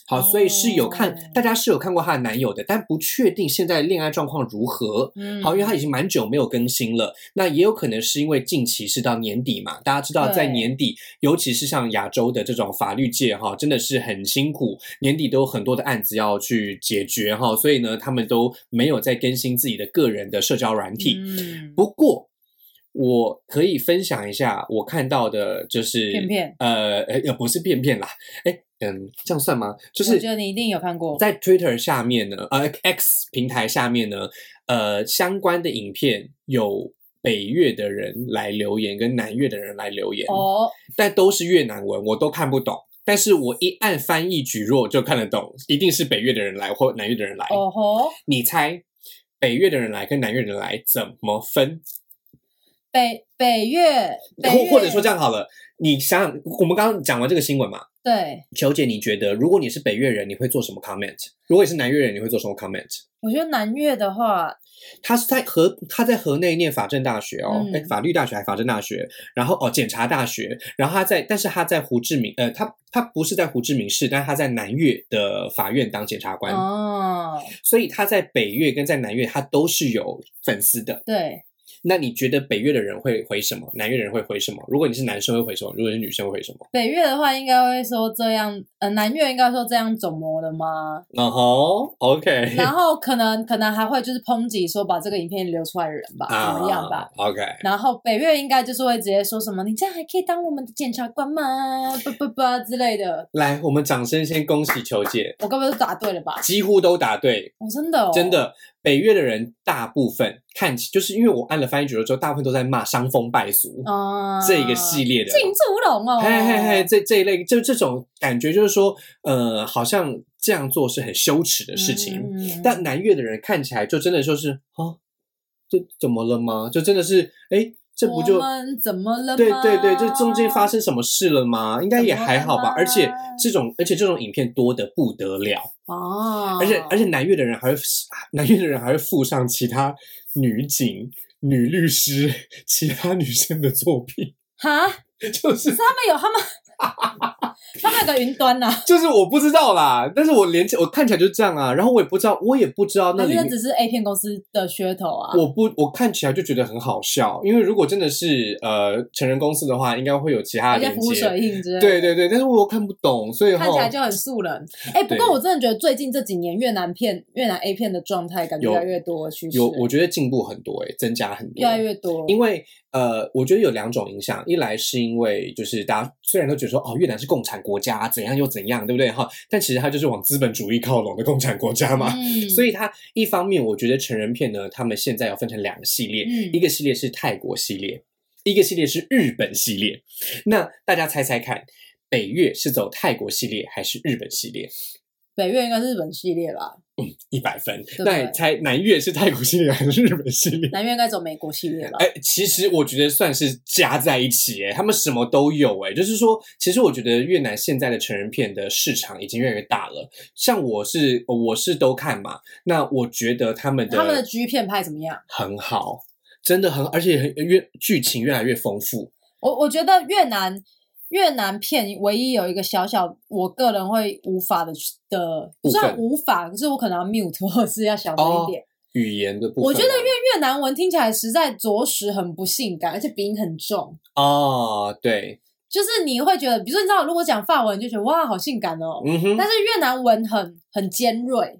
A: 好，所以是有看，
B: 哦
A: 大家是有看过她的男友的，但不确定现在恋爱状况如何。
B: 嗯，
A: 好，因为她已经蛮久没有更新了，那也有可能是因为近期是到年底嘛，大家知道在
B: 对
A: 年底，尤其是像亚洲的这种法律界哈，真的是很辛苦，年底都有很多的案子要去解决哈，所以呢，他们都没有在更新自己的个人的社交软体。
B: 嗯
A: 不过，我可以分享一下我看到的，就是
B: 片片
A: 呃，呃，呃不是片片啦，哎，嗯，这样算吗？就
B: 我
A: 是
B: 觉得你一定有看过，
A: 在 Twitter 下面呢，呃，X 平台下面呢，呃，相关的影片有。北越的人来留言，跟南越的人来留言，
B: 哦，
A: 但都是越南文，我都看不懂。但是我一按翻译举弱就看得懂，一定是北越的人来或南越的人来。
B: 哦吼，
A: 你猜北越的人来跟南越的人来怎么分？
B: 北北越，北
A: 或
B: 越
A: 或者说这样好了，你想想，我们刚刚讲完这个新闻嘛，
B: 对，
A: 球姐，你觉得如果你是北越人，你会做什么 comment？如果你是南越人，你会做什么 comment？
B: 我觉得南越的话，
A: 他是在河，他在河内念法政大学哦，
B: 嗯
A: 哎、法律大学还法政大学，然后哦检察大学，然后他在，但是他在胡志明，呃，他他不是在胡志明市，但是他在南越的法院当检察官，
B: 哦，
A: 所以他在北越跟在南越他都是有粉丝的。
B: 对，
A: 那你觉得北越的人会回什么？南越的人会回什么？如果你是男生会回什么？如果你是女生会回什么？
B: 北越的话应该会说这样，呃，南越应该说这样怎么了吗？
A: 然后
B: *laughs*
A: OK，
B: 然后可能可能还会就是抨击说把这个影片流出来的人吧，怎么样吧？
A: 啊？OK，
B: 然后北越应该就是会直接说什么，你这样还可以当我们的检察官吗？不不不之类的，
A: 来，我们掌声先恭喜球姐，
B: 我根本就答对了吧？
A: 几乎都答对，
B: 我、真的、哦，
A: 真，的。北越的人大部分看起，就是因为我按了翻译角度之后，大部分都在骂伤风败俗、
B: 啊、
A: 这一个系列的。
B: 进猪笼哦，
A: 嘿嘿嘿，这这一类，就这种感觉，就是说，呃，好像这样做是很羞耻的事情。
B: 嗯
A: 但南越的人看起来就真的就是啊，这怎么了吗？就真的是，哎，这不就
B: 我们怎么了吗？
A: 对对对，这中间发生什么事了吗？应该也还好吧。
B: 怎么了吗
A: 而且这种，而且这种影片多的不得了，
B: 哦，
A: 而且而且南越的人还会， *laughs* 南越的人还会附上其他女警、女律师、其他女生的作品， *laughs*
B: 哈，
A: 就是
B: 他们有他们，
A: *laughs*
B: 他们有个云端呐、啊，
A: 就是我不知道啦，但是我连接我看起来就这样啊，然后我也不知道，我也不知道那
B: 还
A: 里
B: 是那
A: 面。
B: 只是 A 片公司的噱头啊？
A: 我不，我看起来就觉得很好笑，因为如果真的是呃成人公司的话，应该会有其他
B: 有
A: 的
B: 些
A: 连
B: 浮
A: 接。
B: 水印之类的，
A: 对对对，但是我又看不懂，所以
B: 看起来
A: 吼
B: 就很素人。哎、不
A: 对
B: 过我真的觉得最近这几年越南片、越南 A 片的状态感觉
A: 有
B: 越来越多趋势，
A: 有，我觉得进步很多、欸，增加很多
B: 越。来越多。
A: 因为呃，我觉得有两种影响，一来是因为就是大家虽然都觉得说哦，越南是共产国家，怎样又怎样，对不对哈？但其实它就是往资本主义靠拢的共产国家嘛。
B: 嗯，
A: 所
B: 以
A: 以它一方面，我觉得成人片呢，他们现在要分成两个系列，
B: 嗯
A: 一个系列是泰国系列，一个系列是日本系列。那大家猜猜看，北越是走泰国系列还是日本系列？
B: 北越应该是日本系列吧，
A: 一百分。
B: 不
A: 那
B: 对
A: 你猜南越是泰国系列还是日本系列？
B: 南越应该走美国系列吧？
A: 哎、其实我觉得算是加在一起，哎，他们什么都有，哎，就是说，其实我觉得越南现在的成人片的市场已经越来越大了。像我是我是都看嘛，那我觉得他们的
B: 他们的 G 片拍怎么样？
A: 很好，真的很，而且很越剧情越来越丰富。
B: 我我觉得越南越南片唯一有一个小小我个人会无法的的，
A: 部
B: 不
A: 分哦
B: 算无法，可是我可能要 mute 或者是要小声一点。
A: 语言的部分吗，
B: 我觉得越越南文听起来实在着实很不性感，而且鼻音很重。
A: 哦，对，
B: 就是你会觉得，比如说你
A: 嗯
B: 知道，如果讲法文你就觉得哇好性感哦，
A: 嗯哼， *laughs*
B: 但是越南文很很尖锐，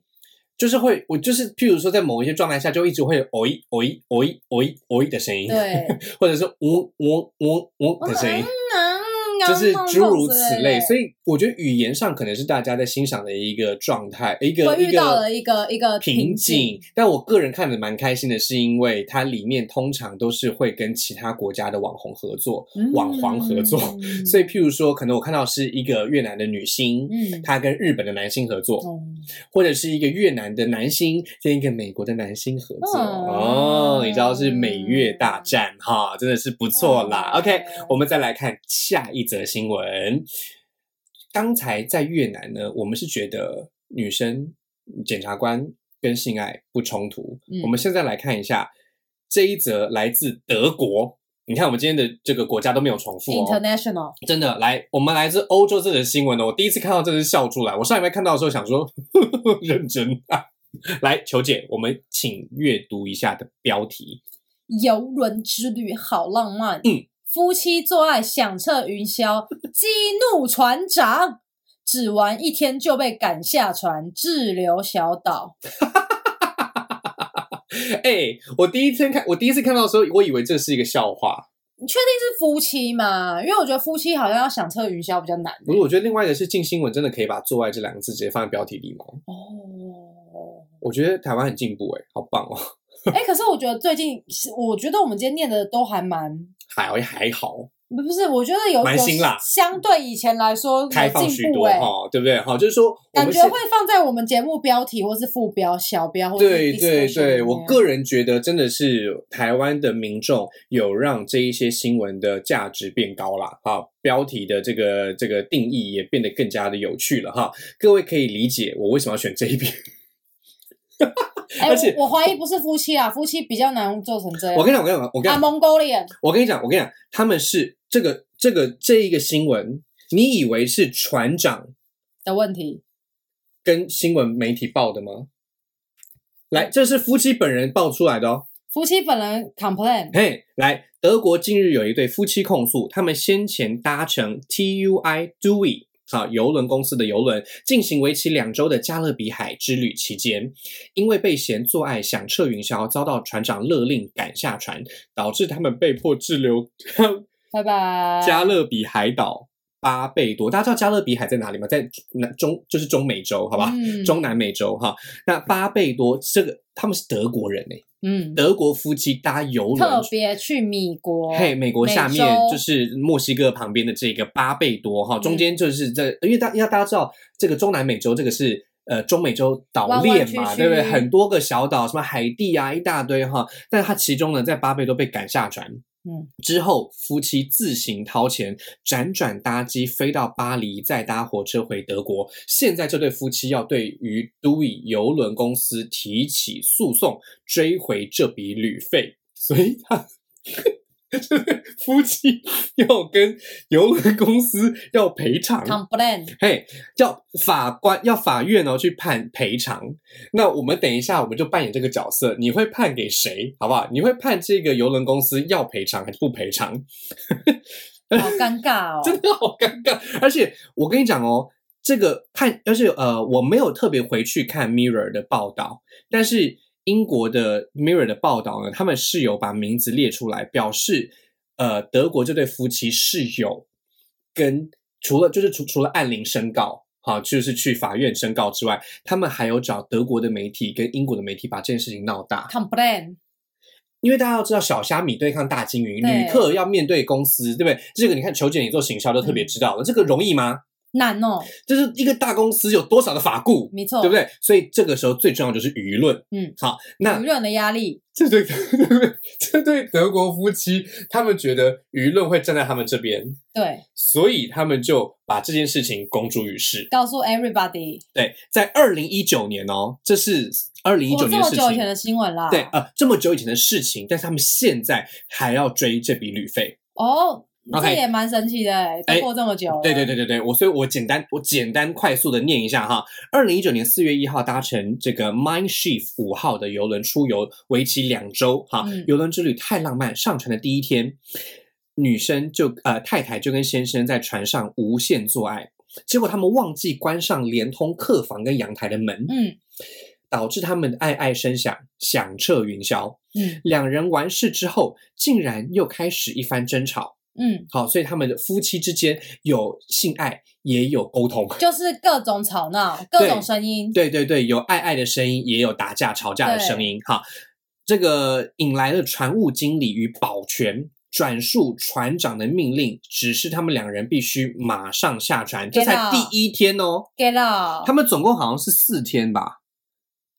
A: 就是会，我就是譬如说，在某一些状态下，就一直会有哦一哦一哦一哦一哦一的声音， *laughs*
B: 对，哦
A: 或者是嗡嗡嗡嗡的声音，
B: 嗯
A: 就是
B: 啊
A: 诸如此类。所
B: 以
A: 以我觉得语言上可能是大家在欣赏的一个状态，一个
B: 会遇
A: 一个
B: 到了一个一个
A: 瓶
B: 瓶
A: 颈
B: 颈。
A: 但我个人看的蛮开心的，是因为它里面通常都是会跟其他国家的网红合作，网黄合作。
B: 嗯
A: *laughs* 所以譬如说，可能我看到是一个越南的女星。
B: 嗯，
A: 她跟日本的男星合作，
B: 哦
A: 或者是一个越南的男星跟一个美国的男星合作
B: 哦
A: 哦你知道是美越大战哈，真的是不错啦。
B: 哦
A: OK，我们再来看下一则新闻。刚才在越南呢，我们是觉得女生检察官跟性爱不冲突。
B: 嗯
A: 我们现在来看一下这一则来自德国。你看，我们今天的这个国家都没有重复哦。
B: 嗯 international，
A: 真的，来，我们来自欧洲这则新闻呢，哦我第一次看到真的是笑出来。我上礼拜看到的时候想说， *laughs* 认真啊。来，球姐，我们请阅读一下的标题。
B: 游轮之旅好浪漫。
A: 嗯，
B: 夫妻做爱响彻云霄，激怒船长，只玩一天就被赶下船，滞留小岛。
A: 哎、我第一天看，我第一次看到的时候，我以为这是一个笑话。
B: 你确定是夫妻吗？因为我觉得夫妻好像要响彻云霄比较难。
A: 不是，我觉得另外一个是进新闻，真的可以把“做爱”这两个字直接放在标题里吗？
B: 哦，
A: 我觉得台湾很进步、哎，好棒哦！
B: 哎、可是我觉得最近，我觉得我们今天念的都还蛮
A: 还还好，
B: 不是，我觉得有
A: 蛮辛辣
B: 有相对以前来说有
A: 开放许
B: 进步
A: 多
B: 哎、
A: 哈、对不对？哈，就是说我
B: 感
A: 们是
B: 觉会放在我们节目标题或是副标、小标或是
A: 对对
B: description
A: 对，
B: 里
A: 我
B: 面
A: 个人觉得真的是台湾的民众有让这一些新闻的价值变高啦，啊，标题的这个这个定义也变得更加的有趣了哈。各位可以理解我为什么要选这一篇。
B: 哎
A: *laughs* 而且
B: 我我怀疑不是夫妻啊，夫妻比较难做成这样。
A: 我跟你讲，我跟你讲，我跟
B: 啊
A: 你讲，
B: ，Mongolian，
A: 我跟你讲，我跟你讲，他们是这个这个这一个新闻，你以为是船长
B: 的问题，
A: 跟新闻媒体报的吗？来，这是夫妻本人爆出来的哦。
B: 夫妻本人 complain，
A: 嘿，来，德国近日有一对夫妻控诉，他们先前搭乘 TUI Dui 啊游轮公司的游轮，进行为期两周的加勒比海之旅期间，因为被嫌做爱响彻云霄，遭到船长勒令赶下船，导致他们被迫滞留
B: 拜拜。
A: *laughs* 加勒比海岛巴贝多。大家知道加勒比海在哪里吗？在南中，就是中美洲，好吧？
B: 嗯
A: 中南美洲哈，那巴贝多这个他们是德国人呢、
B: 嗯，
A: 德国夫妻搭游轮
B: 特别去米国，
A: 嘿，美国下
B: 美
A: 面
B: 洲
A: 就是墨西哥旁边的这个巴贝多哈，中
B: 嗯
A: 间就是这，因为大因为大家知道这个中南美洲这个是呃中美洲岛
B: 弯弯
A: 链
B: 曲
A: 嘛，
B: 曲
A: 对不对？很多个小岛，什么海地啊一大堆哈，但是它其中呢，在巴贝多被赶下船，
B: 嗯，
A: 之后夫妻自行掏钱，辗转搭机飞到巴黎，再搭火车回德国。现在这对夫妻要对于都以邮轮公司提起诉讼，追回这笔旅费，所以他。 *laughs* 夫妻要跟邮轮公司要赔偿， *laughs*
B: complain，
A: 嘿，要法官要法院哦去判赔偿。那我们等一下我们就扮演这个角色，你会判给谁，好不好？你会判这个邮轮公司要赔偿还是不赔偿？
B: 好尴尬哦。
A: 真的好尴尬。 *laughs* 而且我跟你讲哦，这个看，而且呃，我没有特别回去看 Mirror 的报道，但是英国的 Mirror 的报道呢，他们是有把名字列出来，表示呃，德国这对夫妻是有跟除了就是除除了按铃申告。好，就是去法院申告之外，他们还有找德国的媒体跟英国的媒体把这件事情闹大。
B: complain，
A: 因为大家要知道，小虾米对抗大金鱼，
B: 对
A: 旅客要面对公司，对不对？这个你看，球姐你做行销都特别知道了，这个容易吗？
B: 难哦，
A: 就是一个大公司有多少的法顾，
B: 没错，
A: 对不？对？所以这个时候最重要就是舆论。
B: 嗯，
A: 好，那
B: 舆论的压力，
A: 这对这对德国夫妻，他们觉得舆论会站在他们这边，
B: 对，
A: 所以他们就把这件事情公诸于世。
B: 告诉 everybody，
A: 对，在二零一九年哦，这是二零一
B: 我
A: 九
B: 这
A: 年的
B: 么
A: 事
B: 久以前
A: 情。
B: 的啊新闻啦。
A: 对，呃，这么久以前的事情，但是他们现在还要追这笔旅费。
B: 哦，这
A: OK
B: 也蛮神奇的欸，
A: 哎
B: 都过这么久了。
A: 对对对对对，我所以，我简单我简单快速的念一下哈。二零一九年四月一号搭乘这个 Mindshift 五号的游轮出游，为期两周哈
B: 嗯。
A: 游轮之旅太浪漫，上船的第一天，女生就呃太太就跟先生在船上无限做爱，结果他们忘记关上连通客房跟阳台的门，
B: 嗯，
A: 导致他们的爱爱声响，响彻云霄。
B: 嗯
A: 两人完事之后，竟然又开始一番争吵。
B: 嗯，
A: 好，所以他们的夫妻之间有性爱，也有沟通。
B: 就是各种吵闹，各
A: 对
B: 种声音，
A: 对对对，有爱爱的声音，也有打架吵架的声音。哈，这个引来了船务经理与保全转述船长的命令，指示他们两人必须马上下船。这才
B: 天哪
A: 第一天哦，
B: get out，
A: 他们总共好像是四天吧。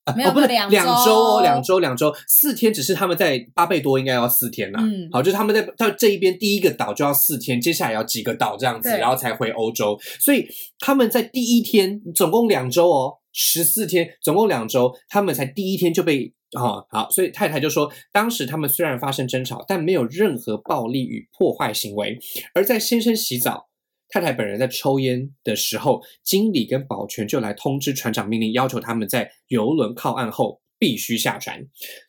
A: 啊
B: 没有
A: 哦、不是
B: 没有两
A: 两周哦，
B: 周
A: 两周两周四天，只是他们在巴贝多应该要四天啦、
B: 嗯
A: 好，就是他们在到这一边第一个岛就要四天，接下来要几个岛这样子，
B: 对
A: 然后才回欧洲。所以他们在第一天总共两周哦，十四天，总共两周，他们才第一天就被哦好，所以太太就说，当时他们虽然发生争吵，但没有任何暴力与破坏行为，而在先生洗澡。太太本人在抽烟的时候，经理跟保全就来通知船长命令，要求他们在游轮靠岸后必须下船。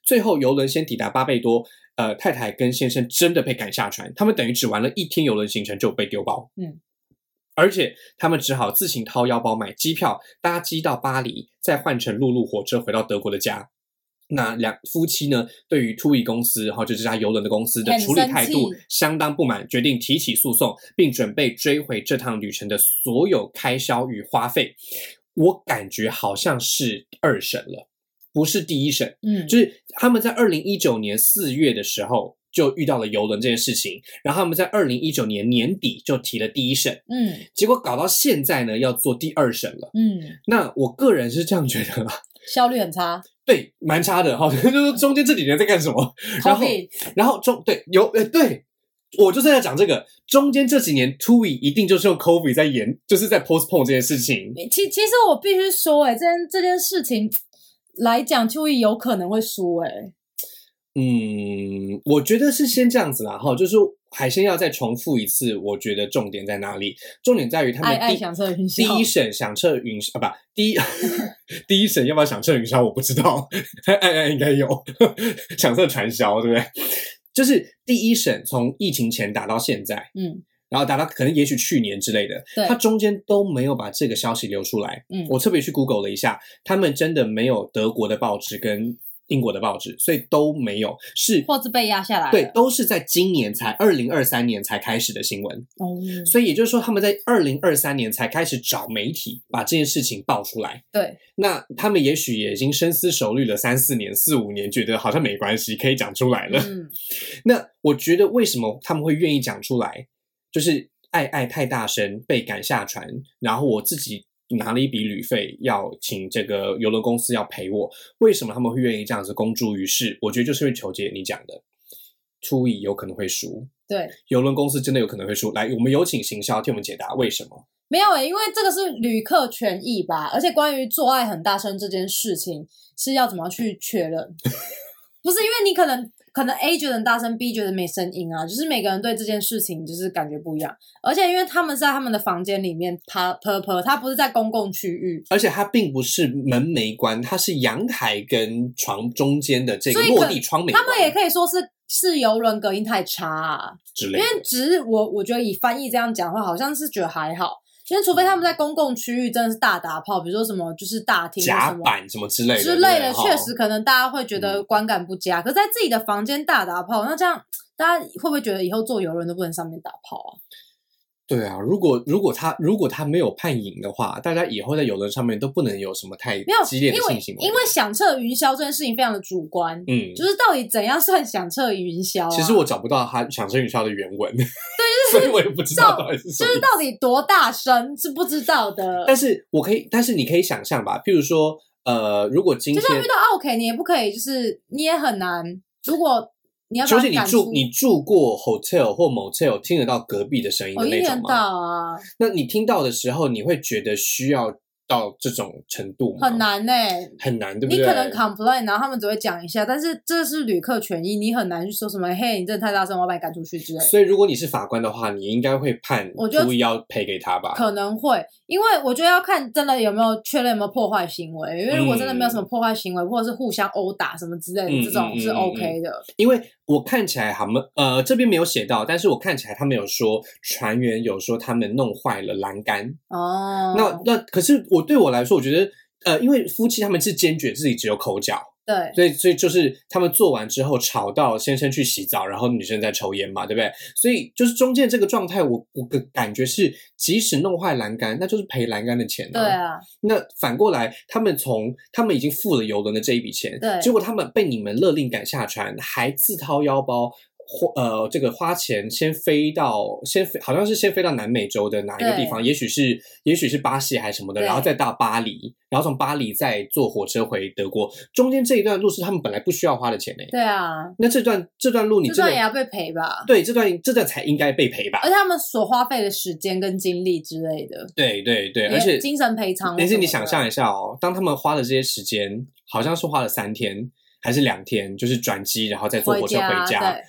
A: 最后游轮先抵达巴贝多，呃，太太跟先生真的被赶下船，他们等于只玩了一天游轮行程就被丢包，
B: 嗯，
A: 而且他们只好自行掏腰包买机票，搭机到巴黎，再换乘陆路火车回到德国的家。那两夫妻呢，对于突翼公司，哈，就这家游轮的公司的
B: 很
A: 处理
B: 生
A: 态度
B: 气
A: 相当不满，决定提起诉讼，并准备追回这趟旅程的所有开销与花费。我感觉好像是二审了，不是第一审。
B: 嗯，
A: 就是他们在二零一九年四月的时候就遇到了游轮这件事情，然后他们在二零一九年年底就提了第一审，
B: 嗯
A: 结果搞到现在呢要做第二审了。
B: 嗯，
A: 那我个人是这样觉得啦，
B: 效率很差
A: 对，蛮差的哈， *laughs* 就是中间这几年在干什么？然后
B: ，COVID，
A: 然后中对有呃对。我就是在讲这个，中间这几年 t w i 一定就是用 COVID 在延，就是在 postpone 这件事情。
B: 其其实我必须说、哎，这件这件事情来讲，秋意有可能会输、哎，
A: 嗯，我觉得是先这样子啦，哈，就是海鲜要再重复一次，我觉得重点在哪里？重点在于他们
B: 爱
A: 第
B: 爱享受云
A: 第
B: 霄，
A: 一审响彻云霄啊，不，第一 *laughs* 第一审要不要响彻云霄，我不知道，哎哎哎，应该有响彻传销，对不对？就是第一审从疫情前打到现在，
B: 嗯，
A: 然后打到可能也许去年之类的，
B: 对
A: 它中间都没有把这个消息流出来。
B: 嗯
A: 我特别去 Google 了一下，他们真的没有德国的报纸跟英国的报纸，所以都没有，是
B: 或是被压下来了，
A: 对，都是在今年才二零二三年才开始的新闻。
B: 哦，
A: 所以也就是说，他们在二零二三年才开始找媒体把这件事情爆出来。 *laughs*
B: 对，
A: 那他们也许也已经深思熟虑了三四年、四五年，觉得好像没关系，可以讲出来了。
B: 嗯，
A: 那我觉得为什么他们会愿意讲出来，就是爱爱太大声被赶下船，然后我自己拿了一笔旅费要请这个邮轮公司要赔我，为什么他们会愿意这样子公诸于世？我觉得就是因为球姐你讲的，初一有可能会输，
B: 对，
A: 邮轮公司真的有可能会输。来，我们有请行销替我们解答为什么。
B: 没有、哎，因为这个是旅客权益吧，而且关于做爱很大声这件事情是要怎么去确认？不是因为你可能可能 A 觉得很大声，B 觉得没声音啊，就是每个人对这件事情就是感觉不一样，而且因为他们是在他们的房间里面啪啪啪，他不是在公共区域，
A: 而且它并不是门没关，它是阳台跟床中间的这个
B: 所以可
A: 落地窗没
B: 他
A: 关
B: 们也可以说是是游轮隔音太差、啊，
A: 之类
B: 因
A: 的
B: 为。只是我我觉得以翻译这样讲话，好像是觉得还好。因为除非他们在公共区域真的是大打炮，比如说什么就是大厅或
A: 甲
B: 什么
A: 板什么之类的
B: 之类的，
A: 对不对嗯哈
B: 确实可能大家会觉得观感不佳。可是在自己的房间大打炮，那这样大家会不会觉得以后坐游轮都不能上面打炮啊？
A: 对啊，如果如果他如果他没有判刑的话，大家以后在游轮上面都不能有什么太
B: 没有，
A: 激烈的
B: 因为
A: 性行为。
B: 因为响彻云霄这件事情非常的主观，
A: 嗯，
B: 就是到底怎样算响彻云霄、啊？
A: 其实我找不到他《想生与笑》的原文， *laughs* 对，所以我也不知道到底是什
B: 就
A: 么意
B: 是
A: 思。
B: 到底多大声是不知道的。
A: 但是我可以，但是你可以想象吧，譬如说，呃，如果今
B: 就
A: 天
B: 像遇到 OK，你也不可以，就是你也很难。如果你要把
A: 就
B: 它
A: 是你
B: 赶
A: 住
B: 出
A: 你住过 hotel 或 motel，听得到隔壁的声音
B: 我
A: 的
B: 哦一
A: 那
B: 天
A: 种
B: 到
A: 吗？嗯
B: 啊，
A: 那你听到的时候，你会觉得需要到这种程度吗？
B: 很，难呢、欸
A: 很难，对不
B: 你
A: 对？
B: 可能 complain，然后他们只会讲一下，但是这是旅客权益，你很难去说什么“嘿，你真的太大声，我要把你赶出去”之类的。
A: 所以如果你是法官的话，你应该会判，
B: 我觉得
A: 故意要赔给他吧？
B: 可能会，因为我觉得要看真的有没有确认有没有破坏行为，因为如果真的没有什么破坏行为，或者是互相殴打什么之类的，
A: 嗯
B: 这种是
A: 嗯嗯嗯
B: OK 的。
A: 因为我看起来他们呃这边没有写到，但是我看起来他们有说船员有说他们弄坏了栏杆。
B: 哦，
A: 那那可是我对我来说，我觉得呃，因为夫妻他们是坚决自己只有口角，
B: 对
A: 所以所以就是他们做完之后吵到先生去洗澡，然后女生在抽烟嘛，对不对？所以就是中间这个状态，我我的感觉是，即使弄坏栏杆，那就是赔栏杆的钱、
B: 对啊，
A: 那反过来，他们从他们已经付了游轮的这一笔钱，
B: 对
A: 结果他们被你们勒令赶下船，还自掏腰包。花呃，这个花钱先飞到先飞，好像是先飞到南美洲的哪一个地方，也许是也许是巴西还是什么的，
B: 对
A: 然后再到巴黎，然后从巴黎再坐火车回德国。中间这一段路是他们本来不需要花的钱呢、
B: 对啊，
A: 那这段这段路你
B: 这
A: 真
B: 段
A: 的
B: 也要被赔吧？
A: 对这啊段这段才应该被赔吧
B: 而？且他们所花费的时间跟精力之类的，
A: 对对对，
B: 也
A: 而且
B: 精神赔偿。
A: 但是你想，象一下哦，当他们花了这些时间，好像是花了三天还是两天，就是转机，然后再坐火车回
B: 回家对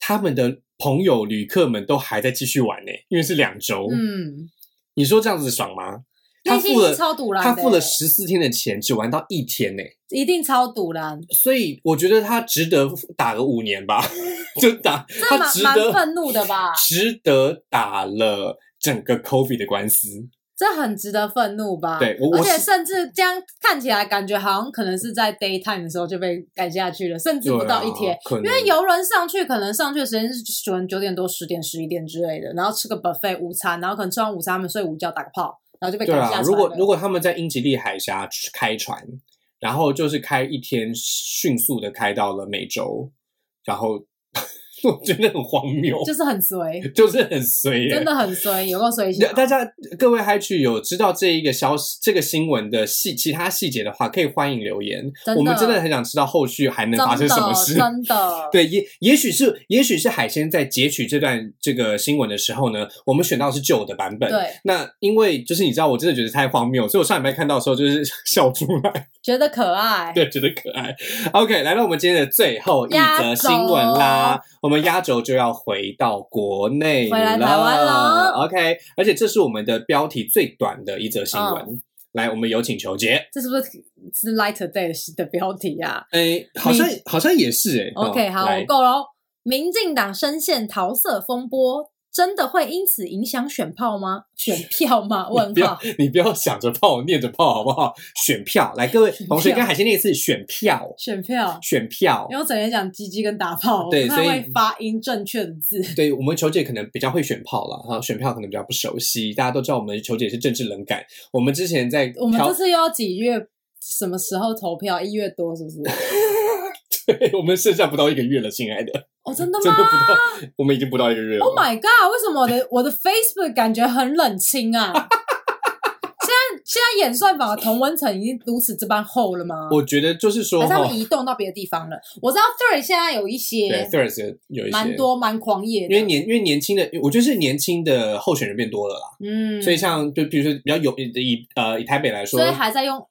A: 他们的朋友旅客们都还在继续玩呢，因为是两周。
B: 嗯，
A: 你说这样子爽吗？他
B: 内心
A: 付了
B: 是超堵然的
A: 他
B: 欸，
A: 付了十四天的钱，只玩到一天呢，
B: 一定超堵然，
A: 所以我觉得他值得打个五年吧， *laughs* 就打
B: 这
A: 他
B: 蛮
A: 值
B: 蛮
A: 得
B: 愤怒的吧？
A: 值得打了整个 COVID 的官司。
B: 这很值得愤怒吧？
A: 对我
B: 而
A: 我
B: 且
A: 是
B: 甚至这样看起来，感觉好像可能是在 daytime 的时候就被赶下去了，甚至不到一
A: 对
B: 天。
A: 啊，可能
B: 因为游轮上去，可能上去的时间是喜欢九点多、十点、十一点之类的，然后吃个 buffet 午餐，然后可能吃完午餐他们睡午觉、打个炮，然后就被
A: 对
B: 赶下
A: 啊，
B: 船了。
A: 如果如果他们在英吉利海峡开船，然后就是开一天，迅速的开到了美洲，然后 *laughs* 我觉得很荒谬，
B: 就是
A: *laughs*
B: 很衰，
A: 就是很随
B: 真
A: 耶。
B: 的很衰，有够衰小
A: 那。大家各位嗨去有知道这一个消息、这个新闻的细其他细节的话，可以欢迎留言
B: 真。的
A: 我们真的很想知道后续还能发生什么事。
B: 真的，真
A: *laughs*
B: 的
A: 对，也也许是，也许是海鲜在截取这段这个新闻的时候呢，我们选到的是旧的版本。
B: 对，
A: 那因为就是你知道，我真的觉得太荒谬，所以我上礼拜看到的时候就是 *laughs* 笑出来，
B: 觉得可爱。
A: 对，觉得可爱。OK，来到我们今天的最后一则
B: 压轴
A: 新闻啦，我们压轴就要回到国内
B: 回来台湾
A: 了
B: 了。
A: OK，而且这是我们的标题最短的一则新闻。
B: 嗯
A: 来，我们有请求杰。
B: 这是不是是 Light Day 的标题啊
A: 哎，好像
B: 你
A: 好像也是哎、哦
B: ？OK，好，
A: 来
B: 我够喽。民进党深陷桃色风波，真的会因此影响选票吗？ *laughs* 选
A: *laughs*
B: 票吗？问
A: 不要
B: 号。
A: 你不要想着泡，念着泡，好不好？选票，来，各位同学
B: 选票
A: 跟海鲜念一次，选票，
B: 选票，
A: 选票
B: 因。为我整天讲鸡鸡跟打炮，我
A: 对
B: 不太
A: 所以
B: 会发音正确的字。
A: 对我们球姐可能比较会选炮了哈，选票可能比较不熟悉。大家都知道我们球姐是政治冷感，我们之前在
B: 我们
A: 挑
B: 这次又要几月？什么时候投票？一月多是不是？
A: 对，我们剩下不到一个月了，亲爱的，
B: 哦，真的
A: *laughs* 真
B: 吗
A: 的不到，我们已经不到一个月了。
B: ？Oh my god！为什么我的我的 Facebook 感觉很冷清啊？ *laughs* 现在现在演算法的同温层已经如此这般厚了吗？
A: 我觉得就是说
B: 还是他们
A: 哈，
B: 移动到别的地方了？我知道 Third 现在有一
A: 对
B: 些
A: t h i r s 有一些
B: 蛮，多蛮狂野
A: 因为
B: 的，
A: 年因为年轻的，我觉得是年轻的候选人变多了啦，
B: 嗯，
A: 所以像就比如说比较有以呃以台北来说
B: 所以。还在用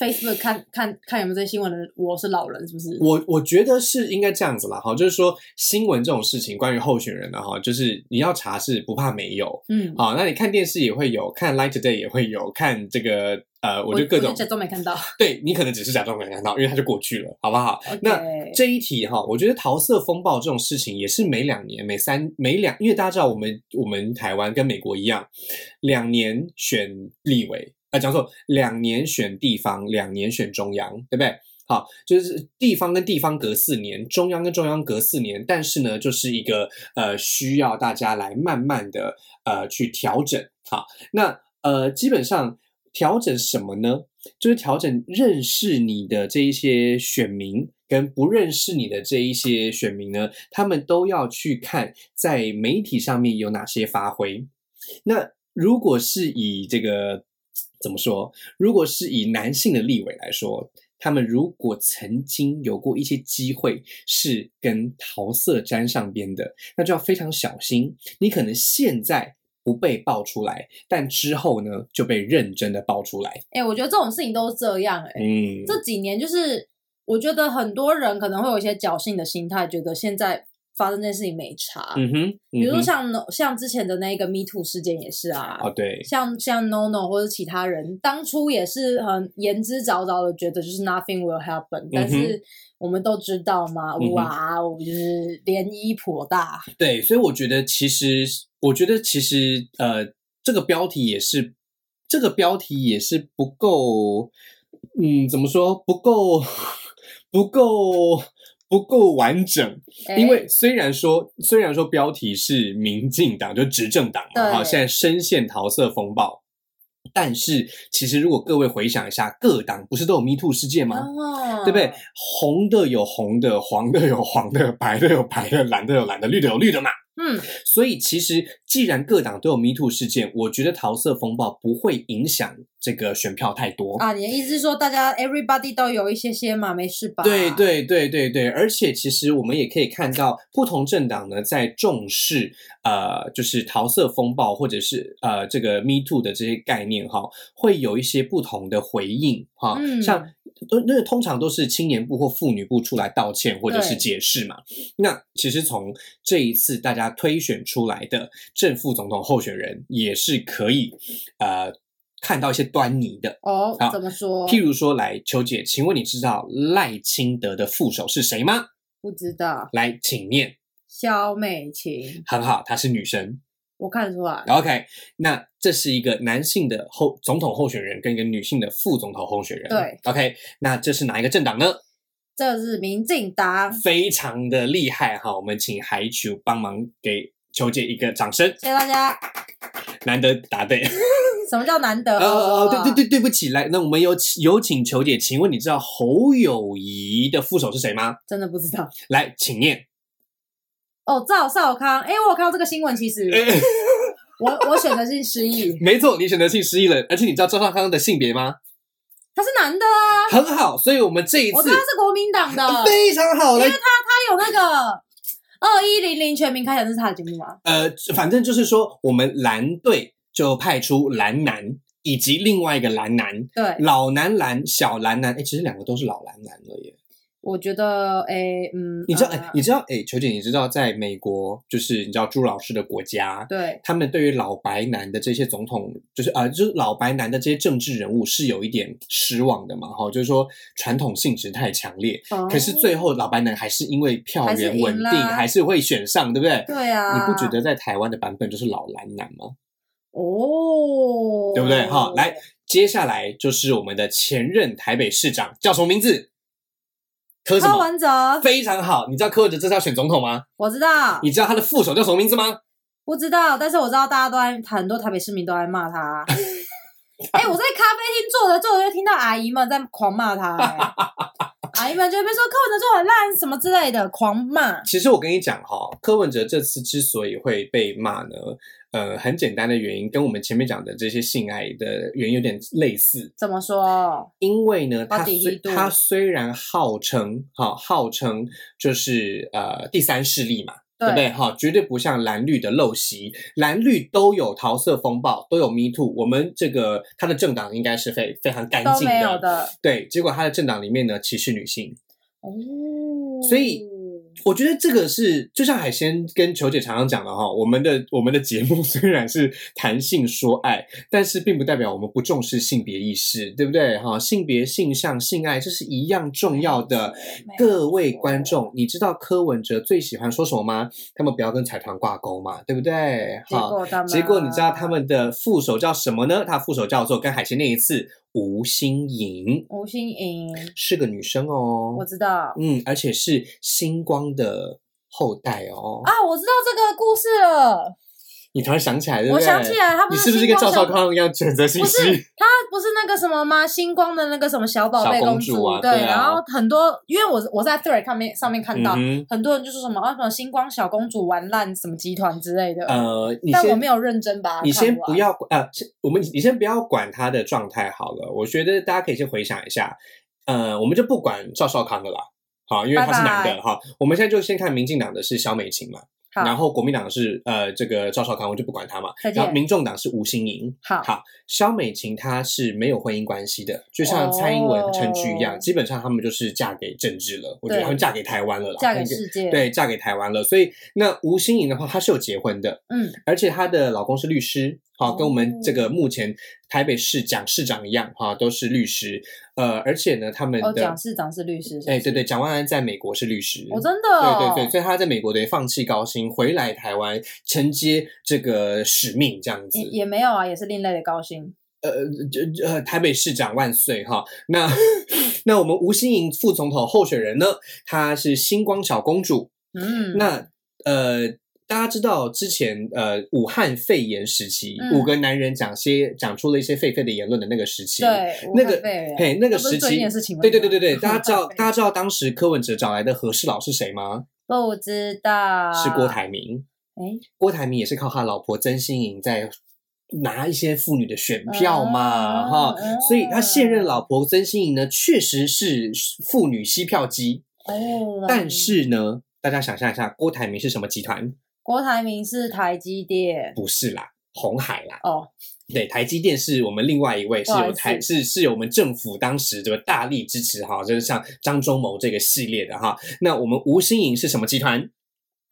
B: Facebook 看看看有没有这些新闻的，我是老人是不是？
A: 我我觉得是应该这样子啦，哈，就是说新闻这种事情，关于候选人的哈，就是你要查是不怕没有，
B: 嗯，
A: 好，那你看电视也会有，看 Light Today 也会有，看这个呃，我就各种
B: 假装没看到。 *laughs*
A: 对你可能只是假装没看到，因为它就过去了，好不好
B: OK
A: 那这一题哈，我觉得桃色风暴这种事情也是每两年、每三、每两，因为大家知道我们我们台湾跟美国一样，两年选立委，啊、讲错，两年选地方，两年选中央，对不对？好，就是地方跟地方隔四年，中央跟中央隔四年，但是呢，就是一个呃需要大家来慢慢的呃去调整。好，那呃基本上调整什么呢？就是调整认识你的这一些选民跟不认识你的这一些选民呢，他们都要去看在媒体上面有哪些发挥。那如果是以这个怎么说？如果是以男性的立委来说，他们如果曾经有过一些机会是跟桃色沾上边的，那就要非常小心。你可能现在不被爆出来，但之后呢就被认真的爆出来。
B: 哎、我觉得这种事情都是这样、哎、
A: 嗯，
B: 这几年就是我觉得很多人可能会有一些侥幸的心态，觉得现在发生这件事情没差。
A: 嗯哼，
B: 比如
A: 嗯哼
B: 说像、像之前的那个 Me Too 事件也是啊，
A: 哦，对，
B: 像像 NONO 或者其他人，当初也是很言之凿凿的，觉得就是 nothing will happen，、但是我们都知道嘛，
A: 嗯哼
B: 哇，我就是涟漪颇大，
A: 对，所以我觉得其实，我觉得其实，呃呃，这个标题也是，这个标题也是不够，嗯，怎么说不够 *laughs* 不够不够完整，
B: 哎
A: 因为虽然说虽然说标题是民进党就执政党嘛
B: 对
A: 哈，现在深陷桃色风暴，但是其实如果各位回想一下，各党不是都有 Me Too 事件吗？
B: 哦，
A: 对不对？红的有红的，黄的有黄的，白的有白的，蓝的有蓝的，绿的有绿的嘛。
B: 嗯，
A: 所以其实既然各党都有 Me Too 事件，我觉得桃色风暴不会影响这个选票太多。
B: 啊，你的意思是说大家 everybody 都有一些些嘛，没事吧？
A: 对对对对对，而且其实我们也可以看到，不同政党呢在重视呃，就是桃色风暴或者是呃这个 Me Too 的这些概念哈，会有一些不同的回应哈，
B: 嗯
A: 像都那通常都是青年部或妇女部出来道歉或者是
B: 对
A: 解释嘛。那其实从这一次大家推选出来的正副总统候选人，也是可以呃看到一些端倪的。
B: 哦
A: 好，
B: 怎么说？
A: 譬如说，来，球姐，请问你知道赖清德的副手是谁吗？
B: 不知道，
A: 来，请念。
B: 肖美琴，
A: 很好，她是女生。
B: 我看得出来。
A: OK，那这是一个男性的候总统候选人跟一个女性的副总统候选人。
B: 对
A: ，OK，那这是哪一个政党呢？
B: 这是民进党，谢
A: 非常的厉害哈，我们请海球帮忙给球姐一个掌声，
B: 谢大家。
A: 难得答
B: *laughs*
A: 对。
B: 什么叫难得？
A: 哦哦，哦对对对，对不起，来，那我们有请有请球姐，请问你知道侯友谊的副手是谁吗？
B: 真的不知道。
A: 来，请念。 *laughs*
B: 哦，赵少康，哎，我有看到这个新闻，其实
A: 哎
B: 我我选择性失
A: *laughs*
B: 忆，
A: 没错，你选择性失忆了，而且你知道赵少康的性别吗？
B: 他是男的啊，
A: 很好，所以我们这一
B: 我知
A: 次
B: 道他是国民党的，他
A: 非常好的，
B: 有那个二一零零全民开讲，这是他的节目吗？
A: 呃，反正就是说，我们蓝队就派出蓝男以及另外一个蓝男，
B: 对，
A: 老男蓝、小蓝男，哎，其实两个都是老蓝男了耶。
B: 我觉得，哎，嗯，
A: 你知道，
B: 呃
A: 哎、你知道，哎，球姐，你知道，在美国，就是你知道朱老师的国家。
B: 对，
A: 他们对于老白男的这些总统，就是呃，就是老白男的这些政治人物是有一点失望的嘛，哈，就是说传统性质太强烈，
B: 哦
A: 可是最后老白男还是因为票
B: 还是
A: 源
B: 赢
A: 稳定，
B: 啦
A: 还是会选上，对不对？
B: 对啊，
A: 你不觉得在台湾的版本就是老蓝男吗？
B: 哦，
A: 对不对？哈，来，接下来就是我们的前任台北市长叫什么名字？柯什
B: 柯
A: 么？
B: 文哲，
A: 非常好，你知道柯文哲这次要选总统吗？
B: 我知道，
A: 你知道他的副手叫什么名字吗？
B: 不知道，但是我知道大家都在很多台北市民都在
A: *laughs*
B: 骂他。啊哎、我在咖啡厅坐着坐着就听到阿姨们在狂骂
A: *laughs*
B: 他、哎阿姨们就在那边说柯文哲做很烂什么之类的，狂骂。
A: 其实我跟你讲哈、柯文哲这次之所以会被骂呢，呃，很简单的原因跟我们前面讲的这些性爱的原因有点类似，
B: 怎么说？
A: 因为呢，
B: 巴
A: 他
B: 迪
A: 虽
B: 力度
A: 他虽然号称哈、号称就是呃第三势力嘛，对不对？哈、绝对不像蓝绿的陋习，蓝绿都有桃色风暴，都有 Me Too，我们这个他的政党应该是非非常干
B: 都
A: 净
B: 没有
A: 的，
B: 的。
A: 对。结果他的政党里面呢歧视女性，
B: 哦，
A: 所以我觉得这个是就像海鲜跟球姐常常讲的哈，我们的我们的节目 *laughs* 虽然是谈性说爱，但是并不代表我们不重视性别意识，对不对？哈，性别、性向、性爱这是一样重要的。
B: 没有
A: 各位观众，你知道柯文哲最喜欢说什么吗？他们不要跟财团挂钩嘛，对不对？
B: 哦结
A: 哈，
B: 果他们，
A: 结果你知道他们的副手叫什么呢？他副手叫做跟海鲜念一次吴心颖，
B: 吴心颖，
A: 是个女生哦。
B: 我知道
A: 嗯，而且是星光的后代哦。
B: 啊，我知道这个故事了，
A: 你突然想起来，对不
B: 我
A: 对？
B: 想起来，他不
A: 你
B: 是
A: 是不是
B: 星
A: 跟
B: 光
A: 赵
B: 小
A: 少康一样选择性
B: 不
A: 失忆
B: 是？她不是那个什么吗？星光的那个什么小宝贝
A: 小公
B: 主，
A: 主啊
B: 对，
A: 对啊
B: 然后很多，因为我我在 Thread 上面上面看到、
A: 嗯
B: 很多人就说什么啊什么星光小公主玩烂什么集团之类的，
A: 哼，呃，你
B: 但我
A: 先
B: 没有认真把它
A: 你先
B: 看完
A: 不要呃，先我们你先不要管他的状态好了。我觉得大家可以先回想一下，呃，我们就不管赵少康的啦，好，因为他是男
B: 拜
A: 的
B: 拜
A: 哈。我们现在就先看民进党的是萧美琴嘛，
B: 好
A: 然后国民党是呃这个赵少康，我就不管他嘛。
B: 再见
A: 然后民众党是吴欣盈，
B: 好
A: 好，肖美琴她是没有婚姻关系的，就像
B: 哦
A: 蔡英文、陈菊一样，基本上他们就是嫁给政治了。我觉得
B: 对
A: 他们嫁给台湾了啦，
B: 嫁给
A: 那个
B: 世界，，
A: 对，嫁给台湾了。所以那吴欣颖的话，她是有结婚的，
B: 嗯，
A: 而且她的老公是律师，好、
B: 哦
A: 跟我们这个目前台北市蒋市长一样，哈、都是律师。呃，而且呢，他们
B: 哦，
A: 的
B: 蒋市长是律师，
A: 哎、对对，蒋万安在美国是律师，
B: 我、真的、哦，
A: 对对对，所以他在美国等于放弃高薪，回来台湾承接这个使命，这样子。
B: 也也没有啊，也是另类的高薪，
A: 呃，这这呃，台北市长万岁哈！那 *laughs* 那我们吴欣颖副总统候选人呢，她是星光小公主。
B: 嗯，
A: 那呃，大家知道之前呃武汉肺炎时期，
B: 嗯
A: 五个男人讲些讲出了一些狒狒的言论的那个时期，
B: 对
A: 那个
B: 配
A: 嘿，那个
B: 那不
A: 时
B: 是最
A: 期
B: 近的事情吗
A: 对对对对对，大家知道
B: *laughs* 武汉肺炎
A: 大家知道当时柯文哲找来的和事佬是谁吗？
B: 不知道
A: 是郭，台铭。
B: 哎，
A: 郭台铭也是靠他老婆曾心颖在拿一些妇女的选票嘛，
B: 嗯
A: 哈、
B: 嗯
A: 所以他现任老婆曾心颖呢，确实是妇女吸票机，
B: 哦，
A: 但是呢，大家想象一下，郭台铭是什么集团？
B: 郭台铭是台积电
A: 不是啦，红海啦。
B: 哦，
A: 对，台积电是我们另外一位是
B: 不好
A: 有
B: 意思
A: 台是是有我们政府当时这个大力支持哈，就是像张忠谋这个系列的哈。那我们吴新颖是什么集团？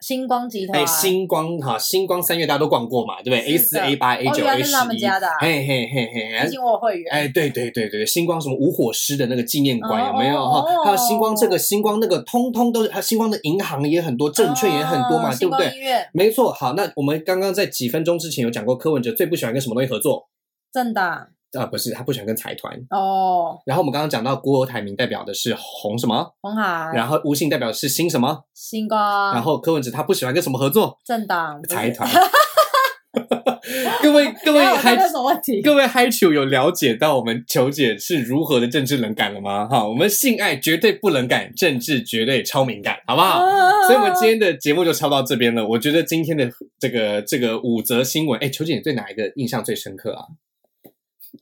B: 星光集团，哦
A: 哎，星光哈，星光三月大家都逛过嘛，对不对？A
B: 啊是
A: 四、
B: 的
A: A 八、A
B: 哦
A: 九、
B: 原来
A: A
B: 那
A: 十
B: 是他们
A: 一
B: 家的啊，
A: 嘿嘿嘿嘿，
B: 毕竟我有会员，
A: 哎，对对对对，星光什么无火师的那个纪念馆
B: 哦
A: 有没有哈？
B: 哦
A: 还有星光这个、星光那个，通通都是。还有星光的银行也很多，证券也很多嘛，对
B: 哦
A: 不
B: 星光
A: 对？
B: 医院、
A: 没错，好，那我们刚刚在几分钟之前有讲过，柯文哲最不喜欢跟什么东西合作？
B: 正大
A: 啊，不是，他不喜欢跟财团。
B: 哦，
A: 然后我们刚刚讲到郭台铭代表的是红什么，
B: 红海、
A: 然后吴信代表的是新什么，
B: 星光，
A: 然后柯文哲他不喜欢跟什么合作？
B: 正大
A: 财
B: *laughs*
A: 团。 *laughs* 各位各
B: 各
A: 位还
B: 有什么问 *laughs* 题？
A: 各位嗨球有了解到我们球姐是如何的政治冷感了吗？哈，我们性爱绝对不冷感，政治绝对超敏感，好不好？
B: 啊
A: 所以，我们今天的节目就超到这边了。我觉得今天的这个这个五则新闻，哎，球姐你对哪一个印象最深刻啊？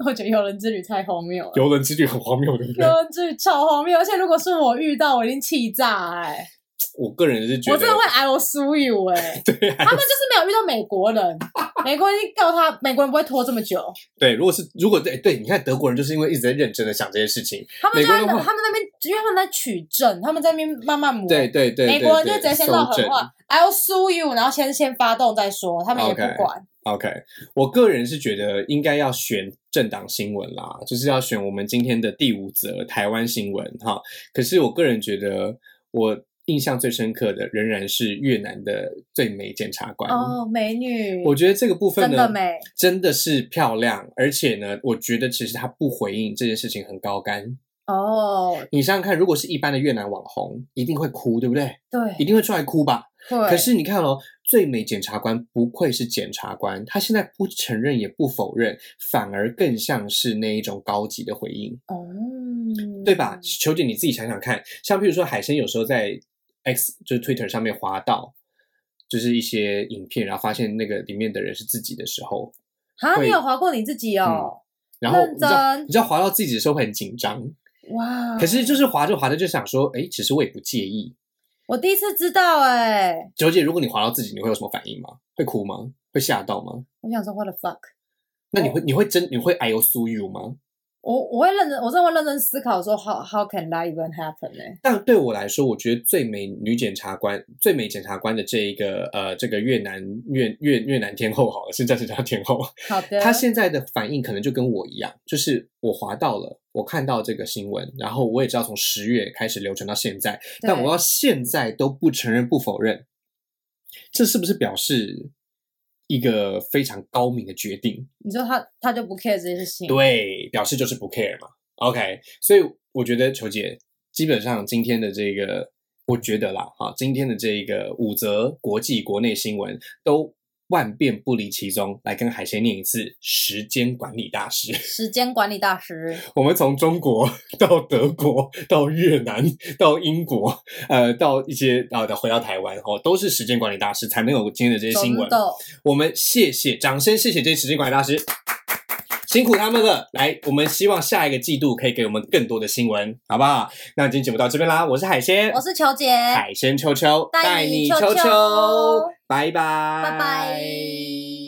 B: 我觉得游轮之旅太荒谬了。
A: 游轮之旅很荒谬，对不对
B: 游？轮之旅超荒谬，而且如果是我遇到，我一定气炸哎、
A: 我个人是觉
B: 我
A: 得
B: 真的会 I will sue you 哎、
A: 对 *laughs* 啊
B: 他们就是没有遇到美国人，美国人一定告他，美国人不会拖这么久，
A: 对，如果是如果对对，你看德国人就是因为一直在认真的想这些事情，
B: 他们就
A: 美
B: 在
A: 国人会
B: 他们那边，因为他们在取证，他们在那边慢慢磨。
A: 对对对，
B: 嗯美
A: 对
B: 国人就
A: 对
B: 直接先唠
A: 搜
B: 狠
A: 证
B: 话，I'll sue you，然后先先发动再说，他们也不
A: OK
B: 管。
A: OK，我个人是觉得应该要选政党新闻啦，就是要选我们今天的第五则台湾新闻哈。可是我个人觉得，我印象最深刻的仍然是越南的最美检察官。
B: 哦，美女，
A: 我觉得这个部分
B: 真
A: 呢，
B: 的美，
A: 真的是漂亮，而且呢，我觉得其实他不回应这件事情很高干。
B: 哦，
A: 你想想看，如果是一般的越南网红，一定会哭，对不对？
B: 对
A: 一，定会出来哭吧？
B: 对
A: 可是你看哦，最美检察官不愧是检察官，他现在不承认也不否认，反而更像是那一种高级的回应，
B: 哦，
A: 对吧？求姐你自己想想看，像譬如说海参有时候在 X 就是 Twitter 上面滑到。就是一些影片，然后发现那个里面的人是自己的时候，
B: 啊，
A: 会
B: 你有划过你自己哦？
A: 然后
B: 认
A: 你知道
B: 真嗯
A: 你知道滑到自己的时候会很紧张，
B: 哇！
A: 嗯可是就是滑着滑着就想说，哎，其实我也不介意。
B: 我第一次知道哎、
A: 九姐，如果你滑到自己，你会有什么反应吗？会哭吗？会吓到吗？
B: 我想说 what the fuck，
A: 那
B: 哦
A: 你会你会真你会 I O S U you 吗？
B: 我我会认真，我真的会认真思考说 how how can that even happen 哎呢、
A: 但对我来说，我觉得最美女检察官、最美检察官的这一个呃，这个越南越越越南天后好了，现在是叫天后，
B: 好的，
A: 她现在的反应可能就跟我一样，就是我滑到了，我看到这个新闻，然后我也知道从十月开始流传到现在，
B: 对
A: 但我到现在都不承认、不否认，这是不是表示一个非常高明的决定？
B: 你说他他就不 care 这些事情，
A: 对，表示就是不 care 嘛。OK，所以我觉得球姐基本上今天的这个，我觉得啦，哈，今天的这个五则国际国内新闻都万变不离其宗，来跟海鲜念一次时间管理大师。 *laughs*
B: 时间管理大师，
A: 我们从中国到德国，到越南，到英国，呃，到一些啊，呃回到台湾哦，都是时间管理大师才能有今天的这些新闻
B: 种。豆
A: 我们谢谢，掌声谢谢这些时间管理大师，辛苦他们了。来，我们希望下一个季度可以给我们更多的新闻，好不好？那今天节目到这边啦，我是海鲜
B: 我，是球姐，
A: 海鲜秋秋，
B: 带你秋秋
A: 秋，拜拜，
B: 拜
A: 拜
B: 拜。